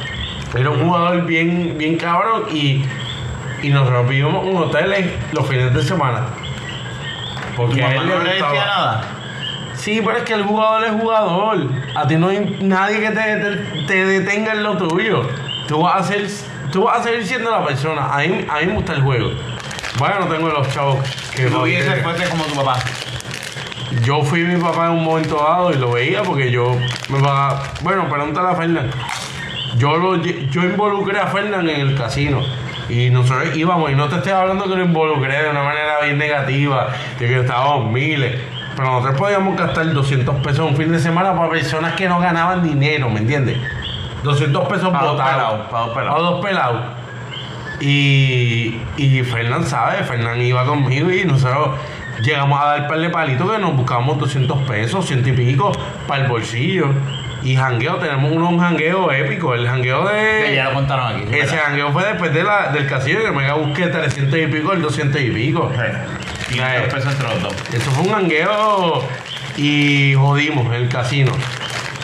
Era un jugador bien, bien cabrón y, y nosotros vivimos en hoteles los fines de semana.
¿Tu
Porque a
mamá
él
no
le
le decía
gustaba.
nada?
Sí, pero es que el jugador es jugador. A ti no hay nadie que te, te- te detenga en lo tuyo. Tú vas a ser, tú vas a seguir siendo la persona. A mí, a mí me gusta el juego. Bueno, no tengo los chavos que
Que tú
no
hubiese
tienen.
fuerte como tu papá.
Yo fui mi papá en un momento dado y lo veía porque yo me pagaba. Bueno, pregúntale a Fernán. Yo, lo, lle- yo involucré a Fernán en el casino. Y nosotros íbamos, y no te estoy hablando que lo involucré de una manera bien negativa, de que estábamos miles. Pero nosotros podíamos gastar 200 pesos un fin de semana para personas que no ganaban dinero, ¿me entiendes? 200 pesos
Pa' dos
botados.
pelados, pa' dos pelados.
Pa' dos pelados. Y, y Fernán sabe, Fernán iba conmigo y nosotros llegamos a dar par de palitos que nos buscamos 200 pesos, ciento y pico, para el bolsillo. Y jangueo, tenemos uno, un jangueo épico, el jangueo
Que ya
de...
lo contaron aquí.
Ese
¿verdad?
jangueo fue después de la, del casino, que me busqué 300 y pico, el 200 y pico.
Sí. 500 pesos entre los dos.
Eso fue un jangueo y jodimos el casino.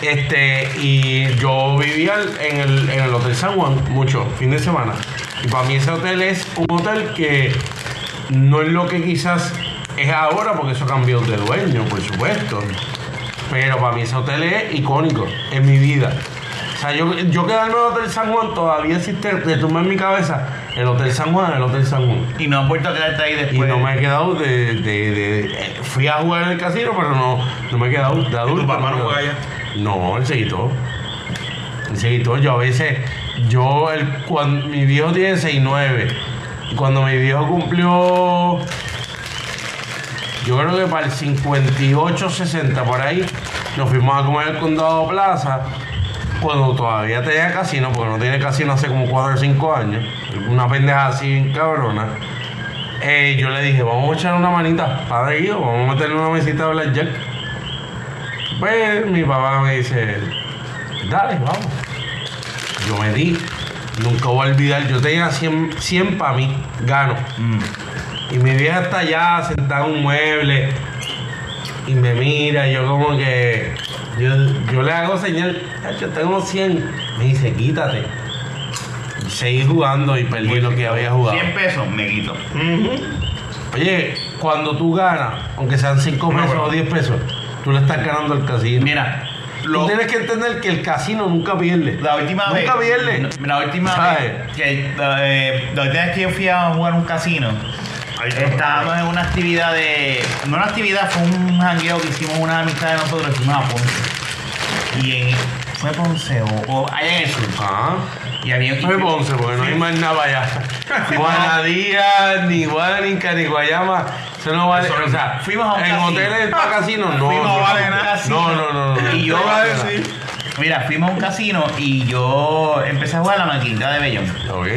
Este, y yo vivía en el, en el Hotel San Juan mucho, fin de semana. Y para mí ese hotel es un hotel que no es lo que quizás es ahora, porque eso cambió de dueño, por supuesto. Pero para mí ese hotel es icónico en mi vida. O sea, yo, yo quedarme en el Hotel San Juan todavía existe, te tumba en mi cabeza el Hotel San Juan, el Hotel San Juan.
Y no has vuelto a quedarte ahí
Y
después.
no me he quedado de, de- de- eh, Fui a jugar en el casino, pero no, no me he quedado de adulto.
papá no
me he
juega
quedado. No, él se quitó. Él se quitó. Yo a veces... Yo, el, cuando, mi viejo tiene 6'9". Y Cuando mi viejo cumplió... Yo creo que para el 58, 60 por ahí, nos fuimos a comer al Condado Plaza. Cuando todavía tenía casino, porque no tiene casino hace como 4 o 5 años, una pendeja así bien cabrona. Eh, yo le dije, vamos a echar una manita, padre Guido, vamos a meterle una mesita de blackjack. Pues mi papá me dice, dale, vamos. Yo me di, nunca voy a olvidar, yo tenía 100, 100 para mí, gano.
Mm.
Y mi vieja está allá sentada en un mueble y me mira, y yo como que. Yo, yo le hago señal, yo tengo 100. Me dice, quítate. Y seguí jugando y perdí lo que había jugado.
100 pesos, me quito.
Oye, cuando tú ganas, aunque sean 5
No,
pesos
bueno.
o 10 pesos, tú le estás ganando al casino.
Mira,
Tú
lo-
tienes que entender que el casino nunca pierde.
la última vez.
Nunca pierde.
La última
¿Sabes?
vez. Que, eh, la última vez que yo fui a jugar a un casino.
Ahí está.
Estábamos en una actividad de. No una actividad, fue un jangueo que hicimos una amistad de nosotros, fuimos a Ponce. Y en. Fue Ponce o, o allá en el sur.
Ah,
Y había
no es Ponce, porque no hay más nada allá. Guanadía, ni Guanica, ni Guayama. Eso no vale.
Eso-
o sea,
fuimos a un
en
casino. Ah,
hoteles para casinos, no.
Fuimos
no,
a
no,
un casino.
No, no, no. no.
Y yo
No
iba a
vale nada.
decir. Mira, fuimos a un casino y yo empecé a jugar a la maquinita de Bellón.
Ok.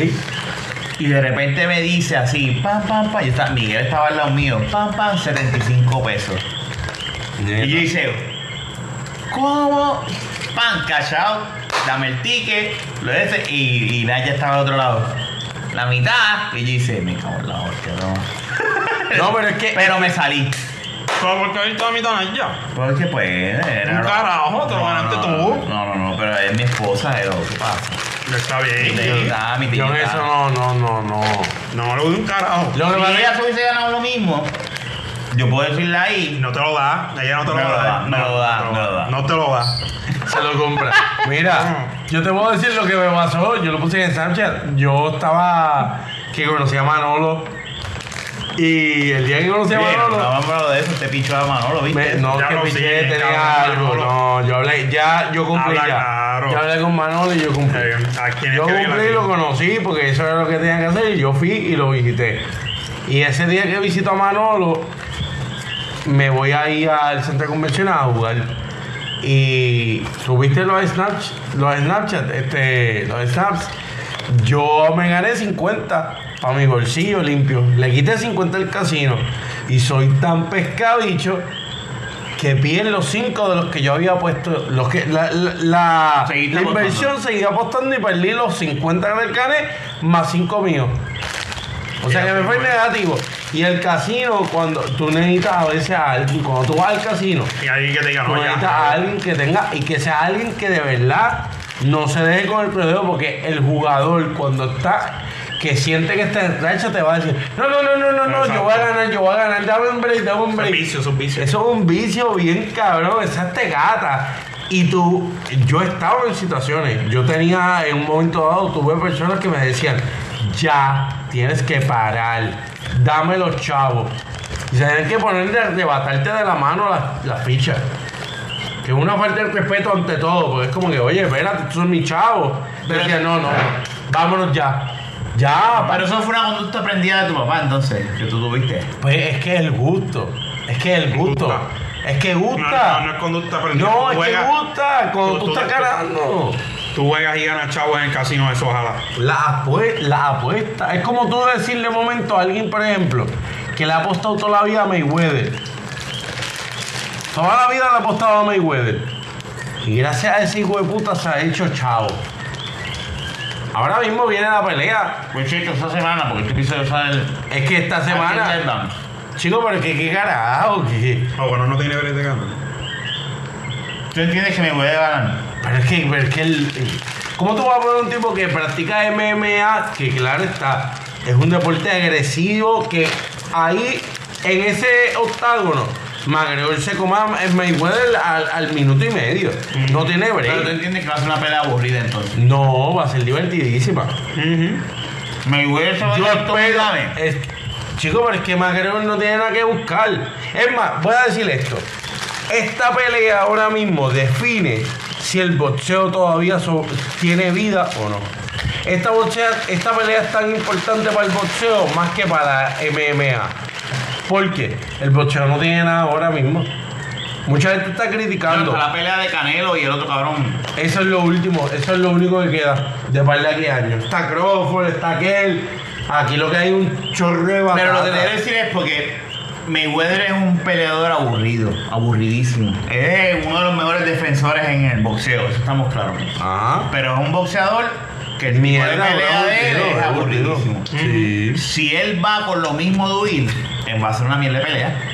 Y de repente me dice así, pam, pam, pam. Yo estaba, Miguel estaba al lado mío, pam, pam, 75 pesos. Y yo
Neta.
hice, ¿cómo? Pan, cachao. dame el ticket, lo de ese, y, y Naya estaba al otro lado. La mitad, y yo hice, me cago en la hostia, no.
No, pero es que-
Pero me salí.
Pero porque ahorita la mitad no es ya.
Porque pues. Era
Un carajo, te lo ganaste tú.
No, no, no, pero es mi esposa, Edo, ¿qué pasa?
No está
Mi
bien.
tita, mi
Yo en eso
tita.
no, no, no, no.
No, lo de un carajo.
Lo que
Si
pasa es
ella se hubiese ganado lo mismo, yo puedo decirle ahí.
No te lo da. Ella no te lo
Me lo
da.
da, me lo da,
no,
me lo da.
No te lo da.
que se lo compra. Mira, yo te puedo decir lo que me pasó. Yo lo puse en Snapchat. Yo estaba que conocía a Manolo. Y el día que conocí a
Oye,
Manolo.
No me acuerdo de eso, te pichó a Manolo, ¿viste?
Me- no,
Ya
que
lo
Piché
sé,
tenía
cabrón,
algo.
Manolo.
No, yo hablé, ya yo cumplí. ya.
Habla claro.
Yo hablé con Manolo y yo cumplí.
Eh, ¿A quién es
Yo
que
cumplí,
viene
lo
aquí?
conocí porque eso era lo que tenía que hacer y yo fui y lo visité. Y ese día que visito a Manolo, me voy a ir al centro de convenciones a jugar. Y subiste los snaps, los Snapchat, este, los snaps. Yo me gané 50 para mi bolsillo limpio. Le quité 50 al casino. Y soy tan pescadicho que piden los 5 de los que yo había puesto. Los que, la la, la-
Seguiste
la
apostando.
inversión seguí apostando y perdí los 50 del cané más 5 míos. O sea que me fue negativo. Y el casino, cuando tú necesitas a veces a alguien, cuando tú vas al casino,
Y alguien que te diga,
tú
Ah, no,
necesitas a
ya.
alguien que tenga y que sea alguien que de verdad no se deje con el perdedor, porque el jugador cuando está que siente que está en racha te va a decir, no, no, no, no, no, no, yo voy a ganar, yo voy a ganar, dame un break, dame un
Es un
break.
vicio, es un vicio.
Eso es un vicio bien cabrón, esa te gata. Y tú, yo estaba en situaciones, yo tenía en un momento dado, tuve personas que me decían, ya tienes que parar, dame los chavos. Y se tienen que poner de arrebatarte de la mano las las fichas. Que es una falta de respeto ante todo, porque es como que, oye, espérate, tú son mis chavos. Pero decía, no, no, vámonos ya. Ya,
Pero eso fue una conducta aprendida de tu papá, entonces, que tú tuviste.
pues es que el gusto. Es que el gusto.
Gusta.
Es que
No,
gusta.
no, no es conducta
No,
aprendida. Tú
es que
juegas-
gusta. Cuando
Tú-
tú,
tú-
estás ganando.
Tú juegas y ganas chavos en el casino, eso ojalá.
La, apue- la apuesta. Es como tú decirle un momento a alguien, por ejemplo, que le ha apostado toda la vida a Mayweather. Toda la vida le ha apostado a Mayweather. Y gracias a ese hijo de puta se ha hecho chavo. Ahora mismo viene la pelea.
Pues chico, esta semana, porque este episodio sale
Es que
Ah,
esta semana. Chicos, pero que qué carajo. que-
O Ah, bueno, no tiene que de ganar.
¿Tú entiendes que me voy a ganar?
Pero es que, pero es que el- ¿Cómo tú vas a poner un tipo que practica MMA? Que claro está, es un deporte agresivo que ahí, en ese octágono, McGregor se coma en Mayweather al, al minuto y medio. No tiene
Pero tú
break.
entiendes que va a ser una pelea aburrida entonces.
No, va a ser divertidísima.
Me voy a
Yo
ganar todo,
espero.
dame.
es- chico, pero es que McGregor no tiene nada que buscar. Es más, voy a decir esto. Esta pelea ahora mismo define si el boxeo todavía so- tiene vida o no. Esta, boxea- esta pelea es tan importante para el boxeo más que para MMA. Porque el boxeo no tiene nada ahora mismo. Mucha gente está criticando.
La pelea de Canelo y el otro cabrón.
Eso es lo último, eso es lo único que queda de par de aquí a años. Está Crawford, está aquel. Aquí lo que hay es un chorro de
Pero lo que te
batata.
quiero decir es porque Mayweather es un peleador aburrido, aburridísimo. Es uno de los mejores defensores en el boxeo, eso estamos claros.
Ah,
Pero es un boxeador que el tipo de
mierda,
pelea
bro,
de él
aburrido,
es
aburrido.
aburridísimo.
Sí.
Si él va con lo mismo de huir, él va a ser una mierda de pelea.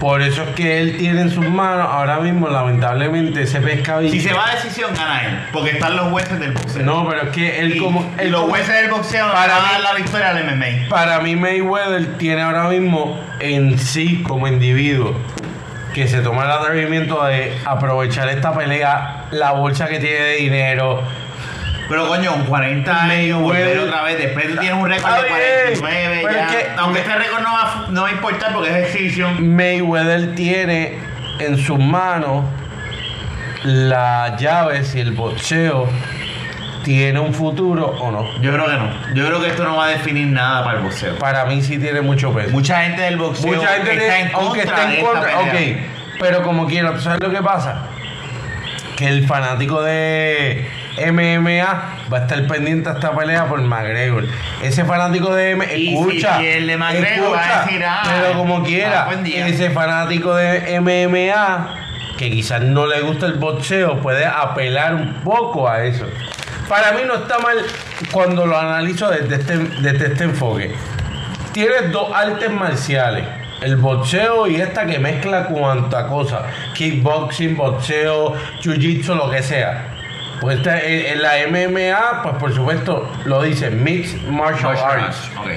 Por eso es que él tiene en sus manos ahora mismo, lamentablemente, ese pescadillo.
Si se va a decisión, gana él. Porque están los jueces del boxeo.
No, pero es que él
Y-
como.
y
él
los
como-
jueces del boxeo no
Para
van a dar
mí-
la victoria al MMA.
Para mí Mayweather tiene ahora mismo en sí como individuo que se toma el atrevimiento de aprovechar esta pelea, la bolsa que tiene de dinero,
Pero coño, con 40 años, volver
Mayweather.
otra vez. Después tú tienes un récord
Está
de
bien,
49.
pero
Ya.
es que-
Aunque este récord no va, a- no va a importar porque es exhibición.
Mayweather tiene en sus manos las llaves y el boxeo tiene un futuro o no.
Yo creo que no. Yo creo que esto no va a definir nada para el boxeo.
Para mí sí tiene mucho peso.
Mucha gente del boxeo
Mucha gente
está
tiene-
en
aunque
contra
está
de
en
esta
contra, ok.
pelea.
Pero como quiera, ¿tú sabes lo que pasa? Que el fanático de MMA va a estar pendiente a esta pelea por McGregor. Ese fanático de MMA,
Y si
escucha,
pierde McGregor, va a
escucha,
decir, ah,
pero como
ah,
quiera,
buen día.
ese fanático de MMA que quizás no le gusta el boxeo puede apelar un poco a eso. Para mí no está mal cuando lo analizo desde este, desde este enfoque. Tienes dos artes marciales. El boxeo y esta que mezcla cuanta cosa. Kickboxing, boxeo, jiu-jitsu, lo que sea. Pues esta- en, en la MMA, pues por supuesto, lo dice Mixed Martial Arts
Ok.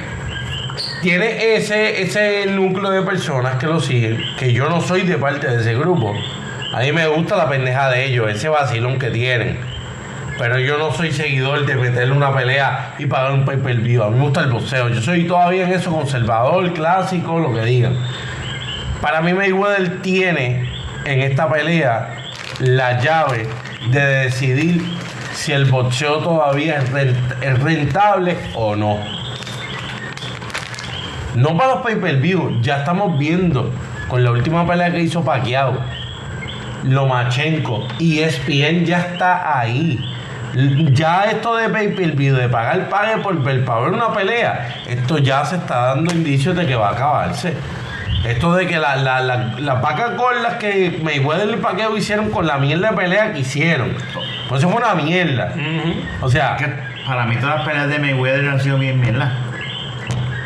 tiene ese, ese núcleo de personas que lo siguen, que yo no soy de parte de ese grupo. A mí me gusta la pendeja de ellos, ese vacilón que tienen. Pero yo no soy seguidor de meterle una pelea y pagar un pay per view. A mí me gusta el boxeo. Yo soy todavía en eso conservador, clásico, lo que digan. Para mí Mayweather tiene en esta pelea la llave de decidir si el boxeo todavía es rent- es rentable o no. No para los pay-per-view, ya estamos viendo con la última pelea que hizo Pacquiao, Lomachenko, E y ESPN ya está ahí. L- Ya esto de pay-per-view, de pagar pague por ver para ver una pelea, esto ya se está dando indicios de que va a acabarse. Esto de que la- la- la- las vacas gordas que Mayweather y Pacquiao hicieron con la mierda de pelea que hicieron. Pues eso fue una mierda. O sea,
Que para mí todas las peleas de Mayweather han sido bien mierda.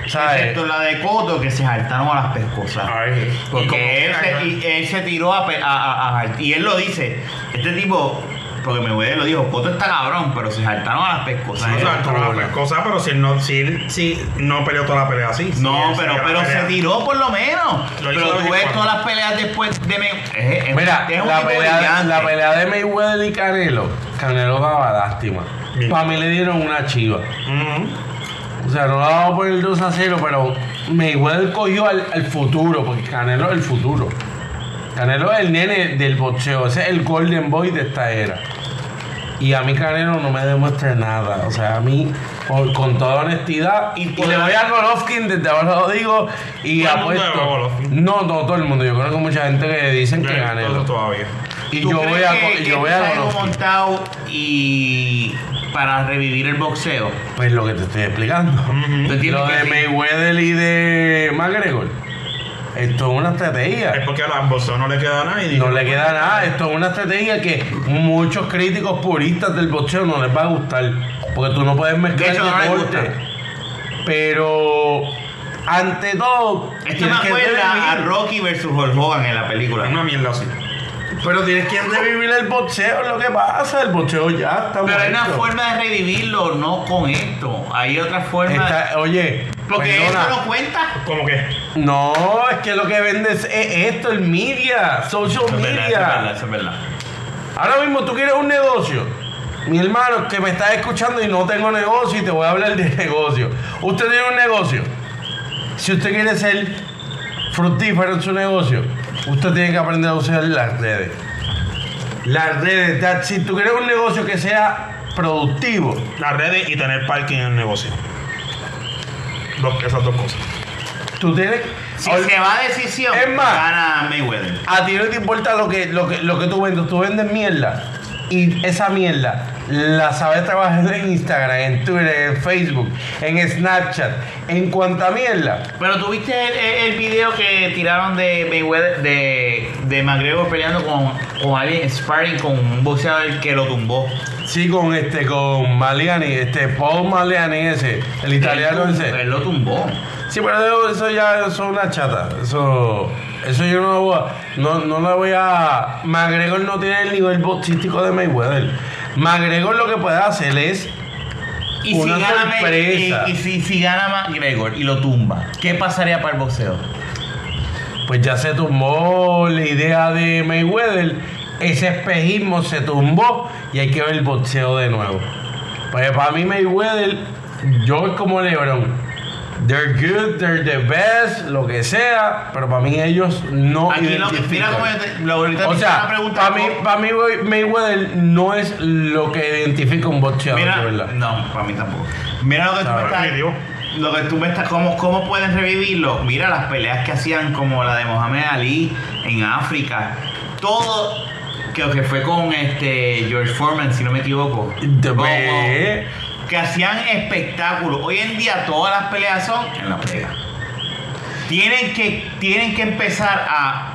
¿sabes?
Excepto la de Cotto que se saltaron a las pescosas.
Ay,
Y
como-
que él se, y él se tiró a, pe- a- a- a- Y él lo dice. Este tipo, porque me voy lo dijo, Coto está cabrón, pero se saltaron a las pescosas.
O sea,
Exacto,
todas
bueno.
las cosas, pero si él no, si él- si no peleó toda la pelea así.
no,
Sí,
pero,
sí, la
pero se
pelea.
tiró por lo menos.
Lo hizo
pero tú
bien
ves
bueno.
todas las peleas después de May- es- es-
Mira,
es un
la
tipo
pelea,
brillante.
la pelea de Mayweather y Canelo, Canelo daba lástima.
Bien.
Para mí le dieron una chiva.
Ujú.
O sea, no la vamos a poner 2 a 0, pero Mayweather cogió al, al futuro, porque Canelo es el futuro. Canelo es el nene del boxeo, ese es el golden boy de esta era. Y a mí Canelo no me demuestra nada. O sea, a mí, por- con toda honestidad,
Y
y,
por-
le voy a Golovkin, desde ahora lo digo, y
Todo el mundo le va a
apuesto...
Golovkin.
No, no, todo el mundo. Yo conozco mucha gente que dicen que
Yo no he visto
Canelo.
todavía.
Y
¿Tú
yo
crees
voy a,
que- este que
yo voy a
está algo
Golovkin.
montado y para revivir el boxeo.
Pues lo que te estoy explicando.
¿Tú entiendes
Lo
que
de
sí?
Mayweather y de McGregor. Esto es una
Es
estrategia.
porque a Lamboso no le queda nada y dijo,
No le queda nada. Esto es una estrategia que muchos críticos puristas del boxeo no les va a gustar. Porque tú no puedes mezclar
De hecho, no les
deporte.
gusta.
Pero ante todo,
Esto me
tienes que
acuerda a
revivir-
Rocky versus Hulk Hogan en la película.
Una mierda así.
pero tienes que revivir el boxeo, es lo que pasa, el boxeo ya está
Pero hay una
muerto.
forma de revivirlo, no con esto. Hay otra forma.
Está- oye,
porque
perdona.
esto no cuenta.
Como que
No, es que lo que vendes es esto, el media, social media.
eso es verdad.
Ahora mismo tú quieres un negocio. Mi hermano que me estás escuchando y no tengo negocio y te voy a hablar de negocio. Usted tiene un negocio. Si usted quiere ser fructífero en su negocio, usted tiene que aprender a usar las redes. Las redes, that- si tú quieres un negocio que sea productivo,
las redes y tener parking en el negocio. Dos- esas dos cosas.
tú tienes...
Si
Ol-
se va a decisión,
Es más-
gana Mayweather.
A ti no te importa lo que, lo que, lo que tú vendes. Tú vendes mierda. Y esa mierda la sabes trabajar en Instagram, en Twitter, en Facebook, en Snapchat, en cuanta mierda.
Pero tuviste el, el- el video que tiraron de Mayweather, de, de McGregor peleando con, con alguien, sparring con un boxeador que lo tumbó.
Sí, con este, con Maliani, este Paul Maliani ese, el italiano
Él tum-
ese.
Él lo tumbó.
Sí, pero eso ya eso es una chata. Eso, eso yo no lo voy a. No, no lo voy a. McGregor no tiene el nivel boxístico de Mayweather. McGregor lo que puede hacer es
Y
Una
si gana May-
sorpresa.
y, y si, si gana McGregor y lo tumba, ¿qué pasaría para el boxeo?
pues ya se tumbó la idea de Mayweather, ese espejismo se tumbó y hay que ver el boxeo de nuevo. Pues para mí Mayweather, yo es como LeBron. They're good, they're the best, lo que sea, pero para mí ellos no
Aquí lo, mira
identifican.
cómo yo te, lo ahorita
o
me hicieron
sea,
una pregunta
para mí,
¿cómo-
para mí Mayweather no es lo que identifica un boxeador, de
Mira,
verdad.
no, para mí tampoco. Mira lo que tú me
Sabe,
estás.
definitivo.
Lo que tú me estás. ¿Cómo, cómo pueden revivirlo? Mira las peleas que hacían, como la de Mohamed Ali en África. Todo. Creo que fue con este George Foreman, si no me equivoco.
De-
Como-
ve.
que hacían espectáculos. Hoy en día todas las peleas son en la pelea. Tienen que, tienen que empezar a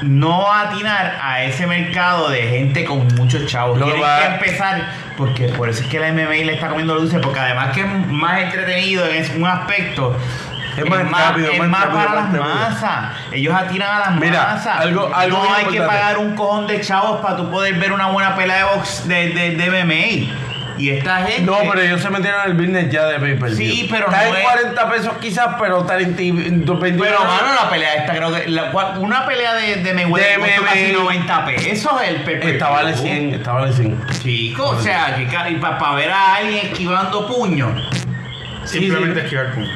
no atinar a ese mercado de gente con muchos chavos.
Lo
Tienen
va-
que empezar, porque por eso es que la MMA le está comiendo dulce, porque además que es más entretenido en un aspecto.
Es más rápido,
es
más
más
rápido,
para
más
las
rápido.
masas. Ellos atiran a las
Mira,
masas.
algo- algo
no
bien
hay que
importante.
pagar un cojón de chavos para tú poder ver una buena pelea de box de, de, de MMA. Y esta gente.
No, pero ellos se metieron al business ya de pay per view.
Eh, Sí, pero
Está
no
en
es-
40 pesos quizás, pero está en 20
Pero, mano, la pelea esta, creo que la cual- una pelea de, de Mayweather
De
costó casi
MMA.
90 pesos el Pepe.
Esta vale 100, esta vale 100.
Chico, o sea, que para ver a alguien esquivando puños.
Simplemente
sí.
esquivar puño.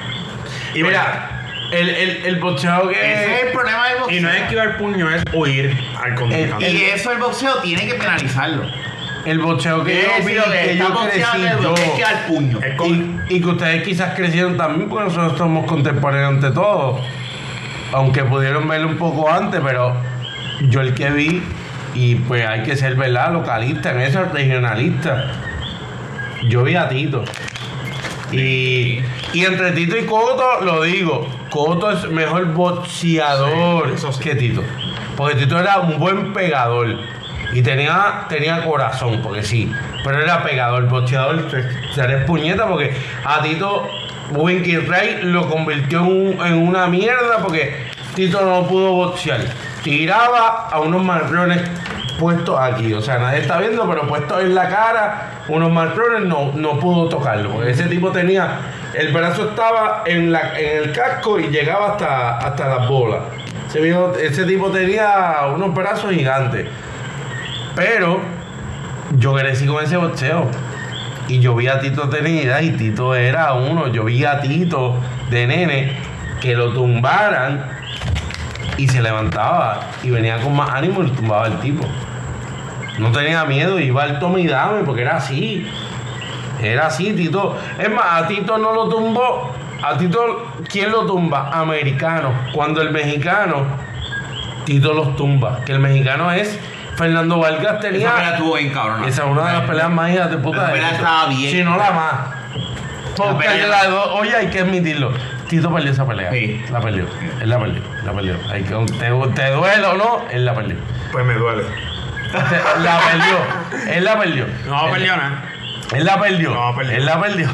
Y mira, el, el, el boxeo
Ese es
que...
el problema del boxeo.
Y no es esquivar puño, es huir al contrincante.
Y eso el boxeo tiene que penalizarlo.
El boxeo que yo opino que yo crecí yo.
es que al puño.
Es con-
Y, y que ustedes quizás crecieron también porque nosotros somos contemporáneos ante todo. Aunque pudieron verlo un poco antes, pero yo el que vi, y pues hay que ser, ¿verdad? Localista, en eso, regionalista. Yo vi a Tito. Y, y entre Tito y Coto, lo digo, Coto es mejor boxeador
Sí, eso sí.
que Tito. Porque Tito era un buen pegador. Y tenía, tenía corazón, porque sí. Pero era pegador, boxeador, seré puñeta, porque a Tito Winky Ray lo convirtió en, un- en una mierda, porque Tito no pudo boxear. Tiraba a unos marrones puesto aquí, o sea, nadie está viendo, pero puesto en la cara, unos marrones no, no pudo tocarlo, porque ese tipo tenía, el brazo estaba en, la, en el casco y llegaba hasta, hasta las bolas. Ese, viejo- ese tipo tenía unos brazos gigantes, pero yo crecí con ese boxeo. Y yo vi a Tito Trinidad y Tito era uno. Yo vi a Tito de nene que lo tumbaran y se levantaba y venía con más ánimo y lo tumbaba el tipo. No tenía miedo, iba al tome y dame porque era así. Era así, Tito. Es más, a Tito no lo tumbó. A Tito, ¿quién lo tumba? Americano. Cuando el mexicano, Tito los tumba. Que el mexicano es Fernando Vargas tenía.
Esa pelea estuvo bien cabrón.
Esa es una de las peleas más hijas de puta.
La
de
pelea
Tito.
estaba bien.
Si no la más. Porque
pelea-
de las dos- oye, hay que admitirlo. Tito perdió esa pelea.
Sí.
La perdió. Él la perdió. La perdió. Hay que, te, te duele o no, él la perdió.
Pues me duele.
Te- la perdió. Él la perdió.
No,
Él-
perdona.
Él la perdió.
No, perdió.
Él la perdió.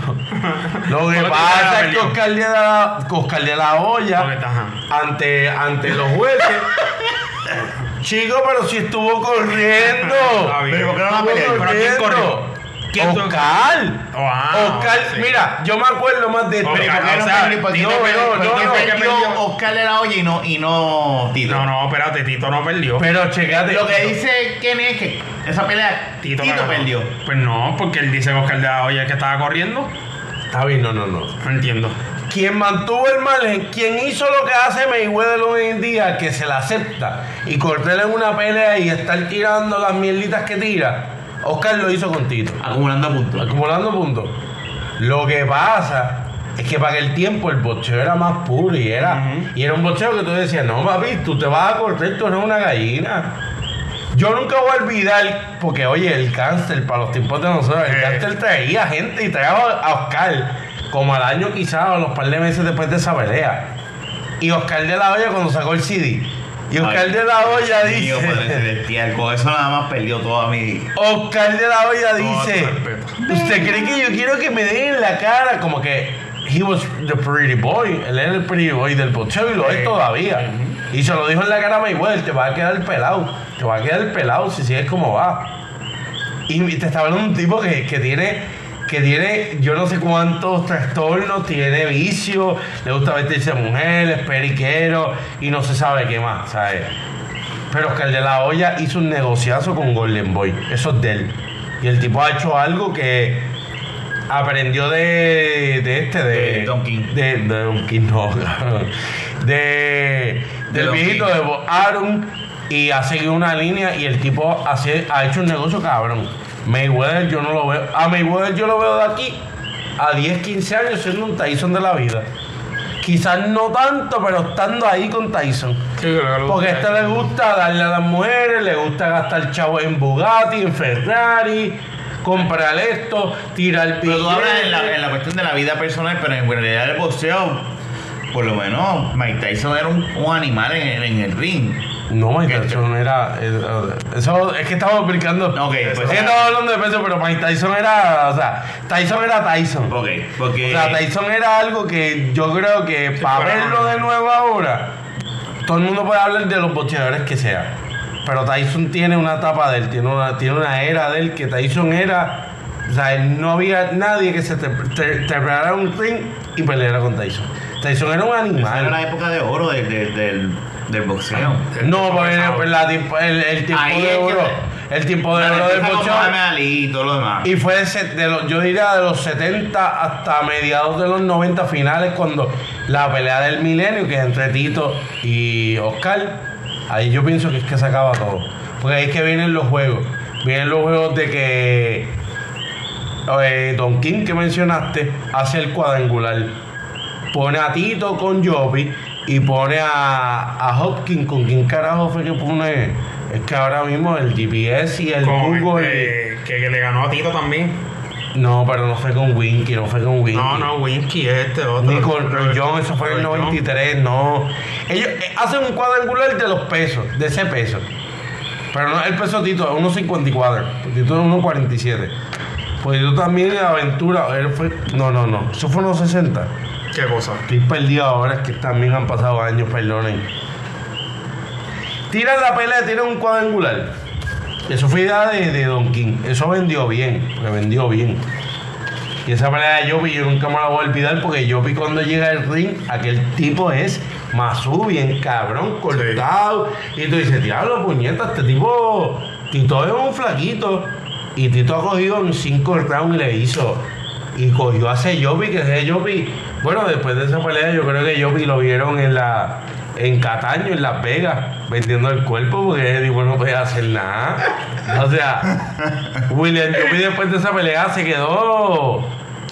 Lo que
Porque la
pasa es que
perdió.
Oscar de la, Oscar de la
Porque
olla
está, ajá.
ante, ante los jueces. Chico, pero si estuvo corriendo.
Está bien.
Pero ¿por qué no la
Estuvo
peleó?
¿Pero quién corrió? ¿Quién
Oscar.
Oh, ah,
Oscar,
sí.
mira, yo me acuerdo más de esto.
Oscar,
¿Por qué
o
no
sea,
perdió? ¿Por qué
Tito
no perdió?
perdió,
¿Por qué
Tito
perdió
perdió.
Oscar de la olla y no, y no Tito?
No, no, espérate, Tito no perdió.
Pero checate.
Lo que dice Kenny es que esa pelea Tito,
ganó.
perdió.
Pues no, porque él dice que Oscar de la Hoya que estaba corriendo.
Está bien, no, no, no.
No entiendo.
Quien mantuvo el margen, quien hizo lo que hace Mayweather hoy en día, que se la acepta y cortarle en una pelea y estar tirando las mierditas que tira, Oscar lo hizo con Tito.
Acumulando puntos.
acumulando puntos. Lo que pasa es que para aquel tiempo el boxeo era más puro y era, y era un boxeo que tú decías, no papi, tú te vas a cortar, tú eres una gallina. Yo nunca voy a olvidar, porque oye, el cáncer para los tiempos de nosotros, el
Eh.
cáncer traía gente y traía a Oscar, como al año quizás, o los par de meses después de esa pelea. Y Oscar de la Hoya cuando sacó el CD. Y Oscar
Ay,
de la Hoya
Mío, padre
dice,
celestial, con eso nada más perdió toda mi.
Oscar de la Hoya
Todo
dice,
tu respeto.
¿usted cree que yo quiero que me den en la cara? Como que he was the pretty boy, él era el pretty boy del boxeo y lo es
Sí.
todavía. Y se lo dijo en la cara a Mayweather, te va a quedar pelado, te va a quedar pelado si sigues como va. Y te está hablando de un tipo que, que tiene... Que tiene, yo no sé cuántos trastornos, tiene vicio, le gusta vestirse de mujer, es periquero y no se sabe qué más, ¿sabes? Pero Oscar de la Hoya hizo un negociazo con Golden Boy. Eso es de él. Y el tipo ha hecho algo que aprendió de, de este, de.
De Don King.
De, de Don King, no, cabrón. De. Del
Don
viejito
King.
de Bob Arum. Y ha seguido una línea y el tipo hace- ha hecho un negocio cabrón. Mayweather yo no lo veo. A Mayweather yo lo veo de aquí a 10, 15 años siendo un Tyson de la vida. Quizás no tanto, pero estando ahí con Tyson. Porque a este le gusta darle a las mujeres, le gusta gastar chavo en Bugatti, en Ferrari, comprar esto, tirar
Pero tú hablas en la, en
billete.
la cuestión de la vida personal, pero en realidad el boxeo, por lo menos Mike Tyson era un, un animal en, en el ring.
No, Mike Tyson era. es- Eso es que estamos explicando.
Ok, pues-
Es que estamos hablando de peso, pero Mike Tyson era. O sea, Tyson era Tyson.
Ok, porque.
O sea, Tyson era algo que yo creo que para
pero-
verlo de nuevo ahora, todo el mundo puede hablar de los boxeadores que sea. Pero Tyson tiene una etapa de él, tiene una, tiene una era de él que Tyson era. O sea, él no había nadie que se te, te, te parara en un ring y peleara con Tyson. Tyson era un
esa era
animal.
la época de oro del, del, del, del boxeo.
No, pues, pues, la tiempo- el, el tiempo
Ahí
de
es que-
oro. El tiempo de
La
oro del
defensa con
boxeo.
Muhammad Ali y todo lo demás.
Y fue de, se- de los, yo diría de los 70 hasta mediados de los 90 finales cuando la pelea del milenio, que es entre Tito y Oscar, ahí yo pienso que es que se acaba todo. Porque ahí es que vienen los juegos. Vienen los juegos de que eh, Don King que mencionaste hace el cuadrangular. Pone a Tito con Jovi y pone a, a Hopkins con quién carajo fue que pone. Es que ahora mismo el GPS y el
Con
Google. y-
este, que, que le ganó a Tito también.
no, pero no fue con Winky, no fue con Winky.
No, no, Winky, este otro. Este
Ni con Roy Jones, eso fue en el
Roy Jones.
93, no. Ellos eh, hacen un cuadrangular de los pesos, de ese peso. Pero no, el peso Tito es 1.54, pues Tito es 1.47. Pues yo también la aventura, él fue. No, no, no, eso fue 1.60.
¿Qué cosa?
Estoy perdido ahora, es que también han pasado años, perdonen. Tiran la pelea, tiran un cuadrangular. Eso fue idea de, de Don King. Eso vendió bien, porque vendió bien. Y esa pelea de Jovi yo nunca me la voy a olvidar porque Jovi cuando llega al ring, aquel tipo es Masu, bien cabrón, cortado. Y tú dices, diablo, puñeta, este tipo, Tito es un flaquito. Y Tito ha cogido en cinco rounds y le hizo. Y cogió a ese Jovi, que ese Jovi, bueno, después de esa pelea yo creo que Jovi lo vieron en la en Cataño, en Las Vegas, vendiendo el cuerpo porque ese tipo no podía hacer nada. O sea, William Joby después de esa pelea se quedó.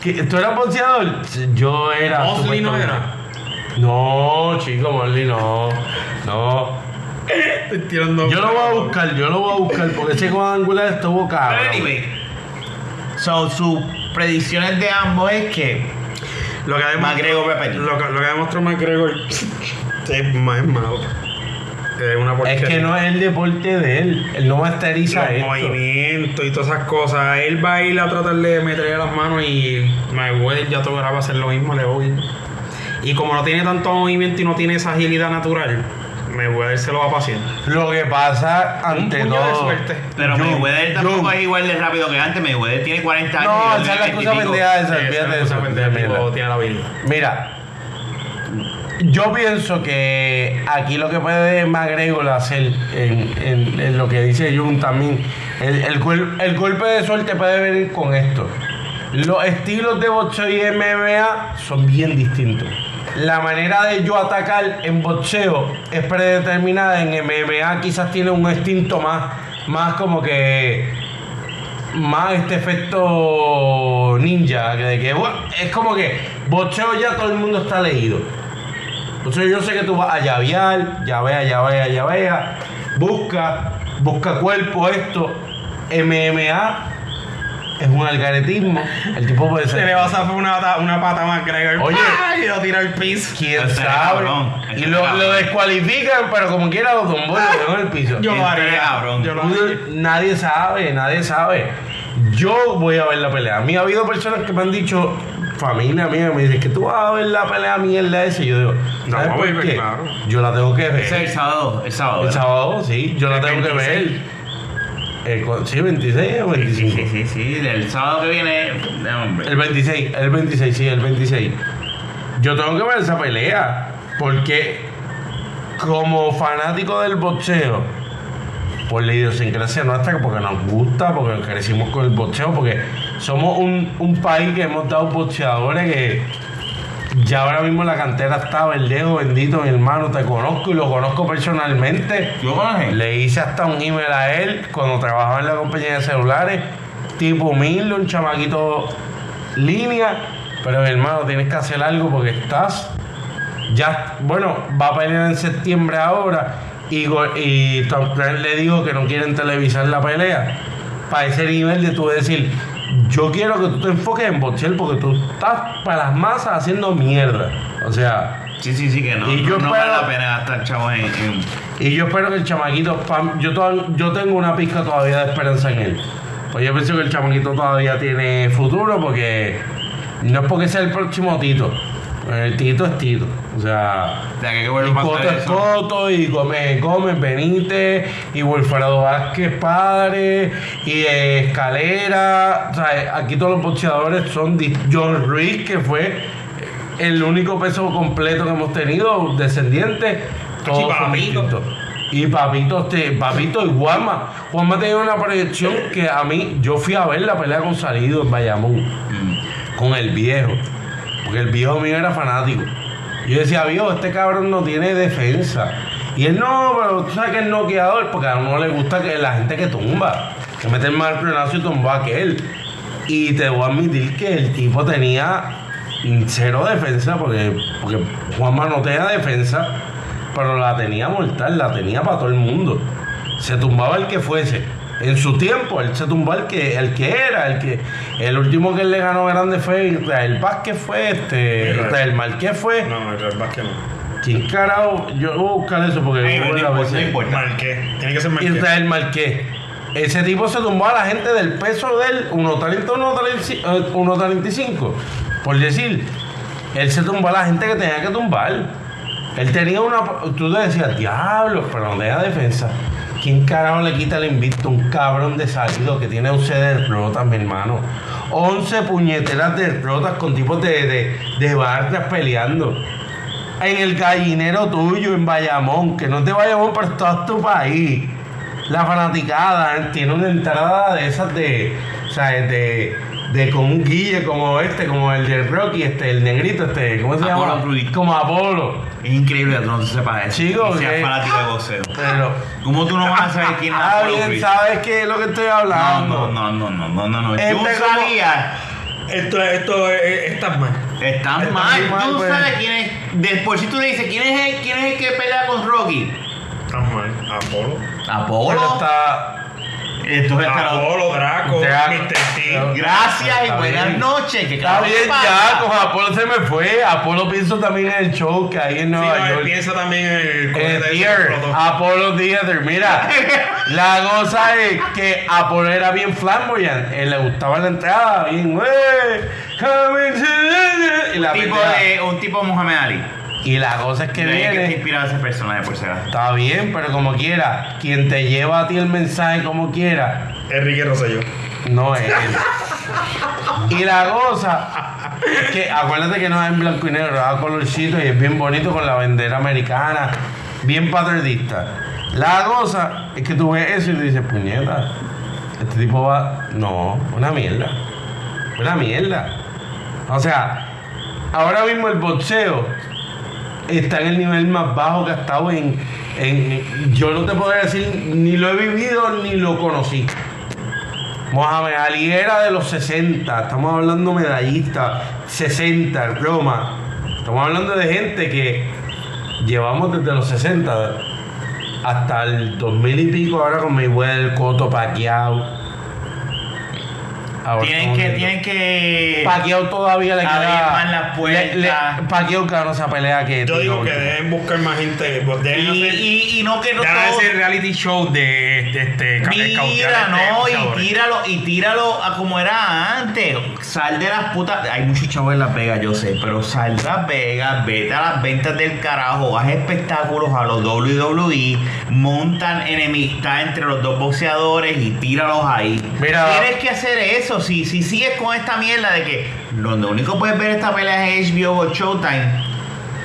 ¿Qué- ¿Tú eras boxeador? Yo era.
Mosley no
supuestamente.
era.
No, chico, Mosley no. No.
Estoy tirando.
Yo lo voy a buscar, yo lo voy a buscar porque ese cuadrangular estuvo
Pero
cabrón.
anyway, so, sus predicciones de ambos es que
Lo que además.
McGregor va a perder.
Lo, que- lo que demostró McGregor es más malo. Es una
Es
porquería.
que no es el deporte de él. Él no masteriza
Los
esto.
movimientos y todas esas cosas. Él va a ir a tratar de meterle las manos y Mayweather ya todo va a hacer lo mismo, le voy. Y como no tiene tanto movimiento y no tiene esa agilidad natural, Mayweather se lo va a pasear.
Lo que pasa ante
Un puño de
todo.
suerte.
Pero
Yo-
Mayweather tampoco
yo-
es igual de rápido que antes. Mayweather tiene 40 años.
No,
y
esa es
20
la
y
excusa
pico.
pendeja esa,
Esa
olvídate de
cosa
Ah, eso.
pendeja, el tipo
mierda.
tiene la habilidad.
Mira, yo pienso que aquí lo que puede McGregor hacer, en, en- en lo que dice Jun también, el, el gol- el golpe de suerte puede venir con esto. Los estilos de boxeo y MMA son bien distintos. La manera de yo atacar en boxeo es predeterminada. En MMA quizás tiene un instinto más, más como que más este efecto ninja, que de que bueno, es como que bocheo ya todo el mundo está leído. O sea, yo sé que tú vas a llavear, llavea, llavea, llavea, busca, busca cuerpo, esto. MMA es un algaretismo. El tipo puede ser.
Se le va a zafar una, pata- una pata más McGregor.
Oye.
¡Pah! Y lo tira al piso.
¿Quién
Este
sabe?
cabrón,
Y
este
lo,
cabrón.
lo descualifican, pero como quiera los tumbó y lo dejó en el piso.
Yo lo
Este
haría.
cabrón.
Yo lo
Uno-
haría.
nadie sabe, nadie sabe. Yo voy a ver la pelea. A mí ha habido personas que me han dicho, familia mía, me dicen que tú vas a ver la pelea mierda esa. Y yo digo,
No,
¿sabes
voy a
por
ver,
qué?
claro.
Yo la tengo que ver.
Ese es el sábado. El sábado.
El
¿verdad?
sábado, sí, yo la
El
tengo que ver.
26.
El cu- sí, 26 o
Sí,
25.
sí, sí, sí. El sábado que viene. no, hombre.
El 26, el 26, sí, el 26. Yo tengo que ver esa pelea. Porque como fanático del boxeo, por la idiosincrasia nuestra, porque nos gusta, porque crecimos con el boxeo, porque somos un, un país que hemos dado boxeadores que ya ahora mismo la cantera está, verdejo, bendito, mi hermano, te conozco y lo conozco personalmente.
¿Yo con él?
Le hice hasta un email a él cuando trabajaba en la compañía de celulares. Tipo humilde, un chamaquito línea. Pero mi hermano, tienes que hacer algo porque estás. Ya, bueno, va a pelear en septiembre ahora. Y, go- y Tom Cruise le dijo que no quieren televisar la pelea. Para ese nivel de tú decir, yo quiero que tú te enfoques en boxear porque tú estás para las masas haciendo mierda. O sea,
Sí, sí, sí, que no.
Y yo
no
espero-
vale la pena gastar chavos en, en-
Y yo espero que el chamaquito, pam, yo, to- yo tengo una pizca todavía de esperanza en él. Pues yo pienso que el chamaquito todavía tiene futuro porque no es porque sea el próximo Tito. El Tito es Tito. O sea,
O sea, que hay que
y
volver a
Coto
pasar
es
eso.
Coto, y Gómez es Gómez, Benítez, y Wolfredo Vázquez padre, y eh, Escalera. O sea, aquí todos los boxeadores son di- John Ruiz, que fue el único peso completo que hemos tenido, descendiente. Todos
Sí,
son
Papito.
distintos. Y papito, este, papito y Juanma. Juanma tenía una proyección que a mí, yo fui a ver la pelea con Salido en Bayamón con el viejo. Porque el viejo mío era fanático. Yo decía, viejo, este cabrón no tiene defensa. Y él no, pero tú sabes que es noqueador, porque a uno le gusta que la gente que tumba, que mete el mal plenazo y tumba a aquel. Y te voy a admitir que el tipo tenía cero defensa, porque, porque Juanma no tenía defensa, pero la tenía mortal, la tenía para todo el mundo. Se tumbaba el que fuese. En su tiempo, él se tumbó el que, el que era, el que. El último que él le ganó grande fue Israel Vázquez fue este.
Israel.
Israel Marqués fue.
No, no, el Vázquez no.
¿Quién carajo? Yo voy a buscar eso porque
Ay,
yo
no
la
importa,
veces-
no importa.
Marqués. Tiene que ser Marqués.
Israel Marqués. Ese tipo se tumbó a la gente del peso de él, 1.30, 1.35, por decir. Él se tumbó a la gente que tenía que tumbar. Él tenía una. Tú te decías, diablo, pero no tenía defensa. ¿Quién carajo le quita el invicto? a Un cabrón de salido que tiene 11 derrotas, mi hermano. 11 puñeteras derrotas con tipos de, de, de barras peleando en el gallinero tuyo en Bayamón, que no es de Bayamón, pero todo tu país. La fanaticada ¿eh? tiene una entrada de esas de, ¿sabes? De, de con un guille como este, como el de Rocky, este, el negrito, este, ¿cómo se
Apolo
llama?
Ruiz.
Como Apolo.
Es increíble que tú no sepas eso.
Chico,
y seas
que-
fanático de boxeo.
Pero,
¿Cómo tú no vas a saber quién es
ah,
Apollo
bien,
Creed?
¿sabes qué es lo que estoy
No,
hablando?
no, no, no, no, no, no, no.
Este
Tú
como-
sabías.
Esto, esto es, estás mal.
Estás
Estás
mal.
mal,
Tú
pues.
sabes quién es. Después si tú le dices quién es el, quién es el que pelea con Rocky.
Estás mal. Apolo.
Pero
Apolo.
está.
Entonces estará-
Apolo, Draco,
Draco.
Mr. T.
Draco.
Gracias y
Está
buenas
bien.
noches. que
Está
carajo
bien,
pasa?
ya, con Apolo se me fue. Apolo pienso también en el show que hay en
Sí,
Nueva
no, él
York.
piensa también en el
Eh,
cohete ese que
Dear,
explotó.
Ah.
Apollo Theater, mira, la cosa es que Apolo era bien flamboyant, él le gustaba la entrada, bien, "Hey, come into the-" y la,
tipo
pendeja.
de, un tipo Muhammad Ali.
y la cosa es que
Que que te
viene,
inspira a ese personaje, por si acaso.
está bien, pero como quiera, quien te lleva a ti el mensaje como quiera,
Enrique Rosselló.
no es él. Y la cosa es que acuérdate que no es en blanco y negro, es a colorcito y es bien bonito con la bandera americana, bien paternista. La cosa es que tú ves eso y tú dices, puñeta, este tipo va. No, una mierda. Una mierda. O sea, ahora mismo el boxeo está en el nivel más bajo que ha estado en. en yo no te podría decir, ni lo he vivido ni lo conocí. Mohamed Ali era de los 60, estamos hablando medallista, 60, Roma. Estamos hablando de gente que llevamos desde los 60 hasta el 2000 y pico, ahora con Mayweather, Coto, Pacquiao. Ahora
Tienen
estamos
que,
viendo.
tienen que.
Pacquiao todavía le
Eh, Abrir
queda...
más las puertas.
le- le- Pacquiao ganó esa pelea que...
Yo digo que
última.
deben buscar más gente. pues
Y,
Deben hacer,
y, y no que no
deben
todo-
hacer reality show de este, este
eh,
escautear
Mira,
a este
no, y
boxeador.
tíralo, y tíralo a como era antes. Sal de las putas. Hay muchos chavos en Las Vegas, yo sé, pero sal de Las Vegas, vete a las ventas del carajo, haz espectáculos a los WWE, montan enemistad entre los dos boxeadores y tíralos ahí.
Mira.
Tienes que hacer eso. Si, si sigues con esta mierda de que donde único puedes ver esta pelea es HBO o Showtime,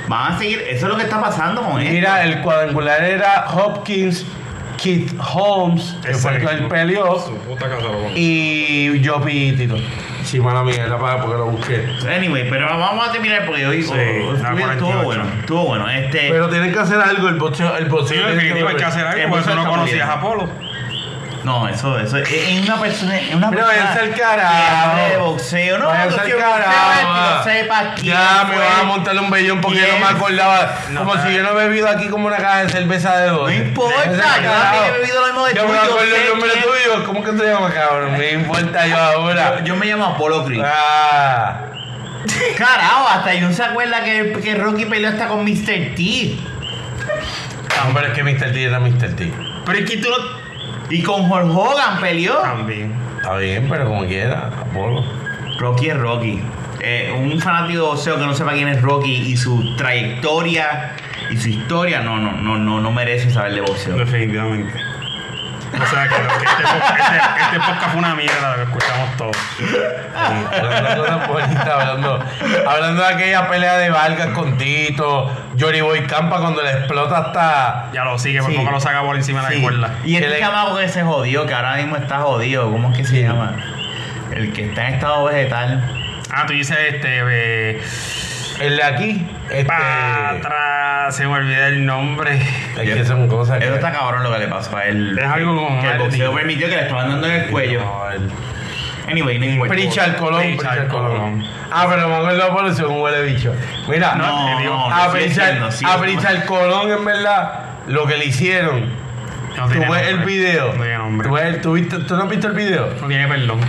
van a seguir. Eso es lo que está pasando con esto.
Mira, el cuadrangular era Hopkins, Keith Holmes, que fue el que él
Exacto.
peleó.
Oh, Su puta casa lo pongo.
y yo pitito. Sí, mala mía, era para porque lo busqué.
Anyway, pero vamos a terminar porque hoy
Sí,
oh,
la
estuvo,
48.
bueno. Estuvo bueno. Este,
Pero tienen que hacer algo, el boxeo, el
Sí,
boxeo.
en
tiene
definitiva hay que hacer algo, porque tú no conocías a Apolo.
no, eso, eso. Es es una persona. Es una
Mira,
persona
váyanse al
que
carajo.
hable de boxeo. No,
Váyanse
yo
al
quiero boxeo,
carajo.
que no sepa quién.
Ya me
fue.
vas a montar un vellón porque
¿Quién?
no me acordaba.
No,
como
nada.
si yo no he bebido aquí como una caja de cerveza de dos.
No importa, yo también he bebido lo mismo de
Yo
tú,
me
yo
acuerdo
sé
el nombre
quién- Eh.
tuyo. ¿Cómo que te llamas, cabrón? Me importa yo
Yo,
ahora.
yo me llamo Apolo Creed.
Ah.
Carajo, hasta Jun se acuerda que, que Rocky peleó hasta con Mr. T.
No, pero es que Mr. T era Mr. T.
Pero es que tú no-
Y con Hulk Hogan peleó.
También.
Está bien, pero como quiera, Apolo.
Rocky es Rocky. Eh, un fanático de boxeo que no sepa quién es Rocky y su trayectoria y su historia, no, no, no, no, no merece saber de boxeo.
Definitivamente. O sea, que, que este, podcast- este- este podcast fue una mierda, lo escuchamos todos.
hablando de cosas bonitas, hablando, hablando de aquella pelea de Vargas con Tito, Johnny Boy Campa cuando le explota hasta.
Ya lo sigue, por
Sí.
poco lo saca por encima de
Sí.
la cuerda.
Y
Que
este
le-
chamaco que se jodió, que ahora mismo está jodido, ¿cómo es que se llama? El que está en estado vegetal.
Ah, tú dices este. eh,
El de aquí, este.
pa' atrás, se me olvidó el nombre.
Es que son cosas
Eso
que.
está cabrón lo que le pasó a él.
Es algo como
Que el boxeo
marketing.
permitió que le estaban dando en el cuello.
No, el-
Anyway, no importa.
Pritchard Colón,
Pritchard
Pritchard Colón.
Colón.
Ah, pero me acuerdo de Apolo, según huele bicho. Mira,
No,
te digo,
no,
a
lo sigue
Pritchard,
siendo, sí,
a
lo-
Pritchard Colón, en verdad, lo que le hicieron.
No
tú
tiene
ves el
nombre.
video.
No tiene nombre.
Tú, ves el- tú viste- ¿tú no has visto el video.
No tiene perdón.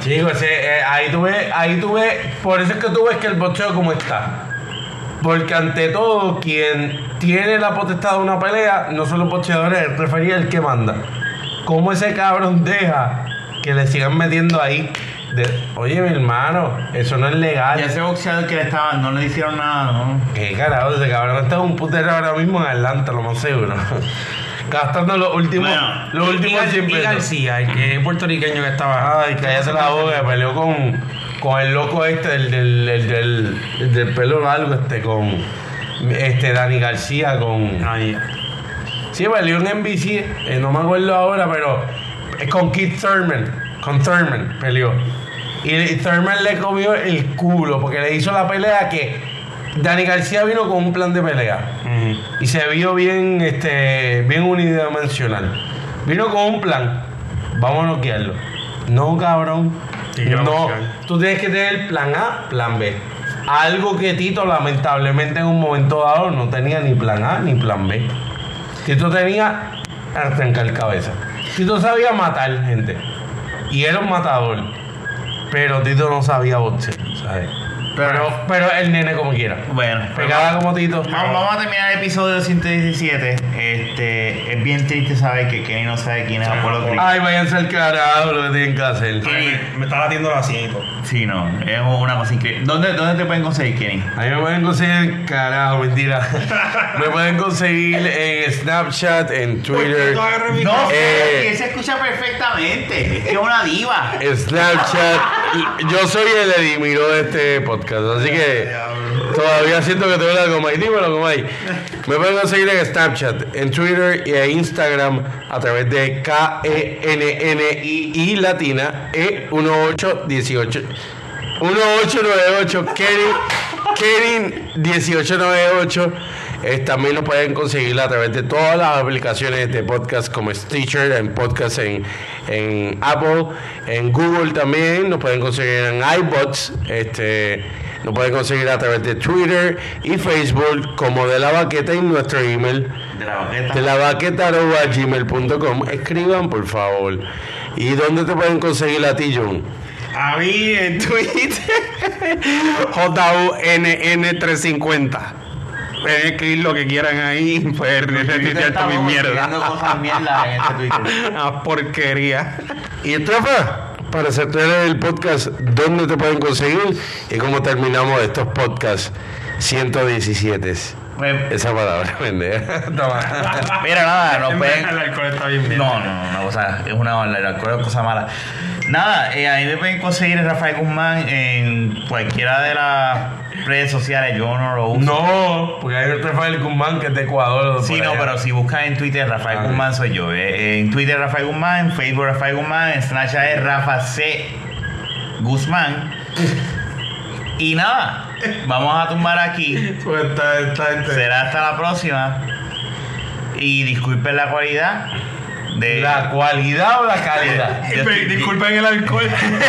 Chicos, ese, eh, ahí tú ves, ahí tú ves, por eso es que tú ves que el boxeo como está. Porque ante todo, quien tiene la potestad de una pelea, no son los boxeadores, el referí es el que manda. ¿Cómo ese cabrón deja que le sigan metiendo ahí? De, Oye, mi hermano, eso no es
Ah,
legal.
ya ese boxeador que le estaba, no le hicieron nada, ¿no?
Qué carajo, ese cabrón está en un putero ahora mismo en Atlanta, lo más seguro. Gastando los últimos,
Bueno,
los últimos
Y Gar-
100
y
pesos.
García, el que es puertorriqueño que estaba.
Ay, cállate la boca, que peleó con, con el loco este, del, del, del, del, el del pelo largo, este, con este Dani García, con.
Ay,
Sí, peleó en NBC, eh, no me acuerdo ahora, pero es con Keith Thurman, con Thurman peleó. Y, y Thurman le comió el culo, porque le hizo la pelea que Dani García vino con un plan de pelea
ujú.
y se vio bien este bien unidimensional. Vino con un plan. Vamos a noquearlo. No, cabrón.
Sí, que lo
No.
noquean.
Tú tienes que tener plan A, plan B. Algo que Tito lamentablemente en un momento dado no tenía ni plan A ni plan B. Tito tenía arrancar cabeza. Tito sabía matar gente. Y era un matador. Pero Tito no sabía boxear, ¿sabes? Pero, pero el nene como quiera.
Bueno, pues
Pegaba como Tito.
Vamos, vamos a terminar el episodio 117. Este, es bien triste saber que Kenny no sabe quién es Apolo Creed.
Ay, váyanse al carajo lo que tienen que hacer.
Ay, me, me está latiendo la asiento.
Sí, no, es una cosa increíble. ¿Dónde, ¿Dónde te pueden conseguir, Kenny?
Ahí me pueden conseguir, carajo, mentira. me pueden conseguir en Snapchat, en Twitter.
No,
Eh.
que se escucha perfectamente. Es que es una diva.
Snapchat. Yo soy el edimiro de este podcast, así que todavía siento que tengo la goma ahí. Dímelo, goma ahí. Me pueden conseguir en Snapchat, en Twitter y en Instagram a través de E K-E-N-N-I-I latina E E1818. 1898 Kerin 1898 Eh, también lo pueden conseguir a través de todas las aplicaciones de podcast como Stitcher, en podcast en, en Apple, en Google también, lo pueden conseguir en iBots, este, lo pueden conseguir a través de Twitter y Facebook como de la baqueta en nuestro email
De la
de
baqueta.
la baqueta arroba gmail.com. Escriban por favor. ¿Y dónde te pueden conseguir a ti, John?
A mí en Twitter. JUNN350. Pueden escribir lo que quieran ahí. Pueden retuitear toda
Estamos
mi
escribiendo
mierda.
cosas mierda en este Twitter.
Una porquería.
Y Trafa, para cerrar el podcast, ¿dónde te pueden conseguir? Y cómo terminamos estos podcasts 117.
Pues,
Esa palabra, pendeja.
Mira, nada, no
En
pueden.
verdad, El alcohol está bien bien.
No, no, no, o sea, es una banda, el alcohol es cosa mala. Nada, eh, ahí me pueden conseguir el Rafael Guzmán en cualquiera de las redes sociales, yo no lo uso.
No, porque hay otro Rafael Guzmán que es de Ecuador.
Sí,
por
no,
allá.
pero si buscas en Twitter Rafael
Ah,
Guzmán soy yo. Eh, eh, en Twitter Rafael Guzmán, en Facebook Rafael Guzmán, en Snapchat es Rafa C. Guzmán. Y nada, vamos a tumbar aquí.
Pues está, está entre-
Será hasta la próxima. Y disculpen la cualidad de
¿La cualidad o la calidad?
Yo estoy-
Disculpen el alcohol.
También.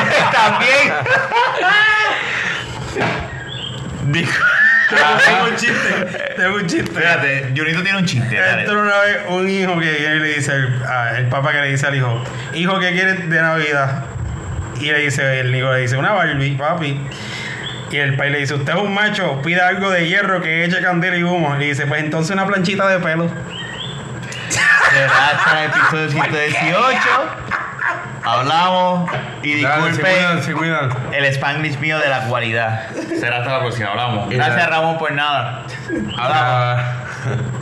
Dijo-
Tengo un chiste. Tengo un chiste.
Espérate, Junito tiene un chiste. dale.
Entra una vez un hijo que viene y le dice al a- el papá que le dice al hijo, hijo, ¿qué quieres de Navidad? Y le dice, el hijo le dice, una Barbie, papi. Y el país le dice, usted es un macho, pida algo de hierro que eche candela y humo. Y dice, pues entonces una planchita de pelo.
Será hasta el episodio 118. Hablamos y
Dale, se cuidan,
disculpen
se cuidan.
el Spanglish mío de la cualidad. Será hasta la próxima. Hablamos. Gracias, Ramón, por nada. Hablamos.
Ah.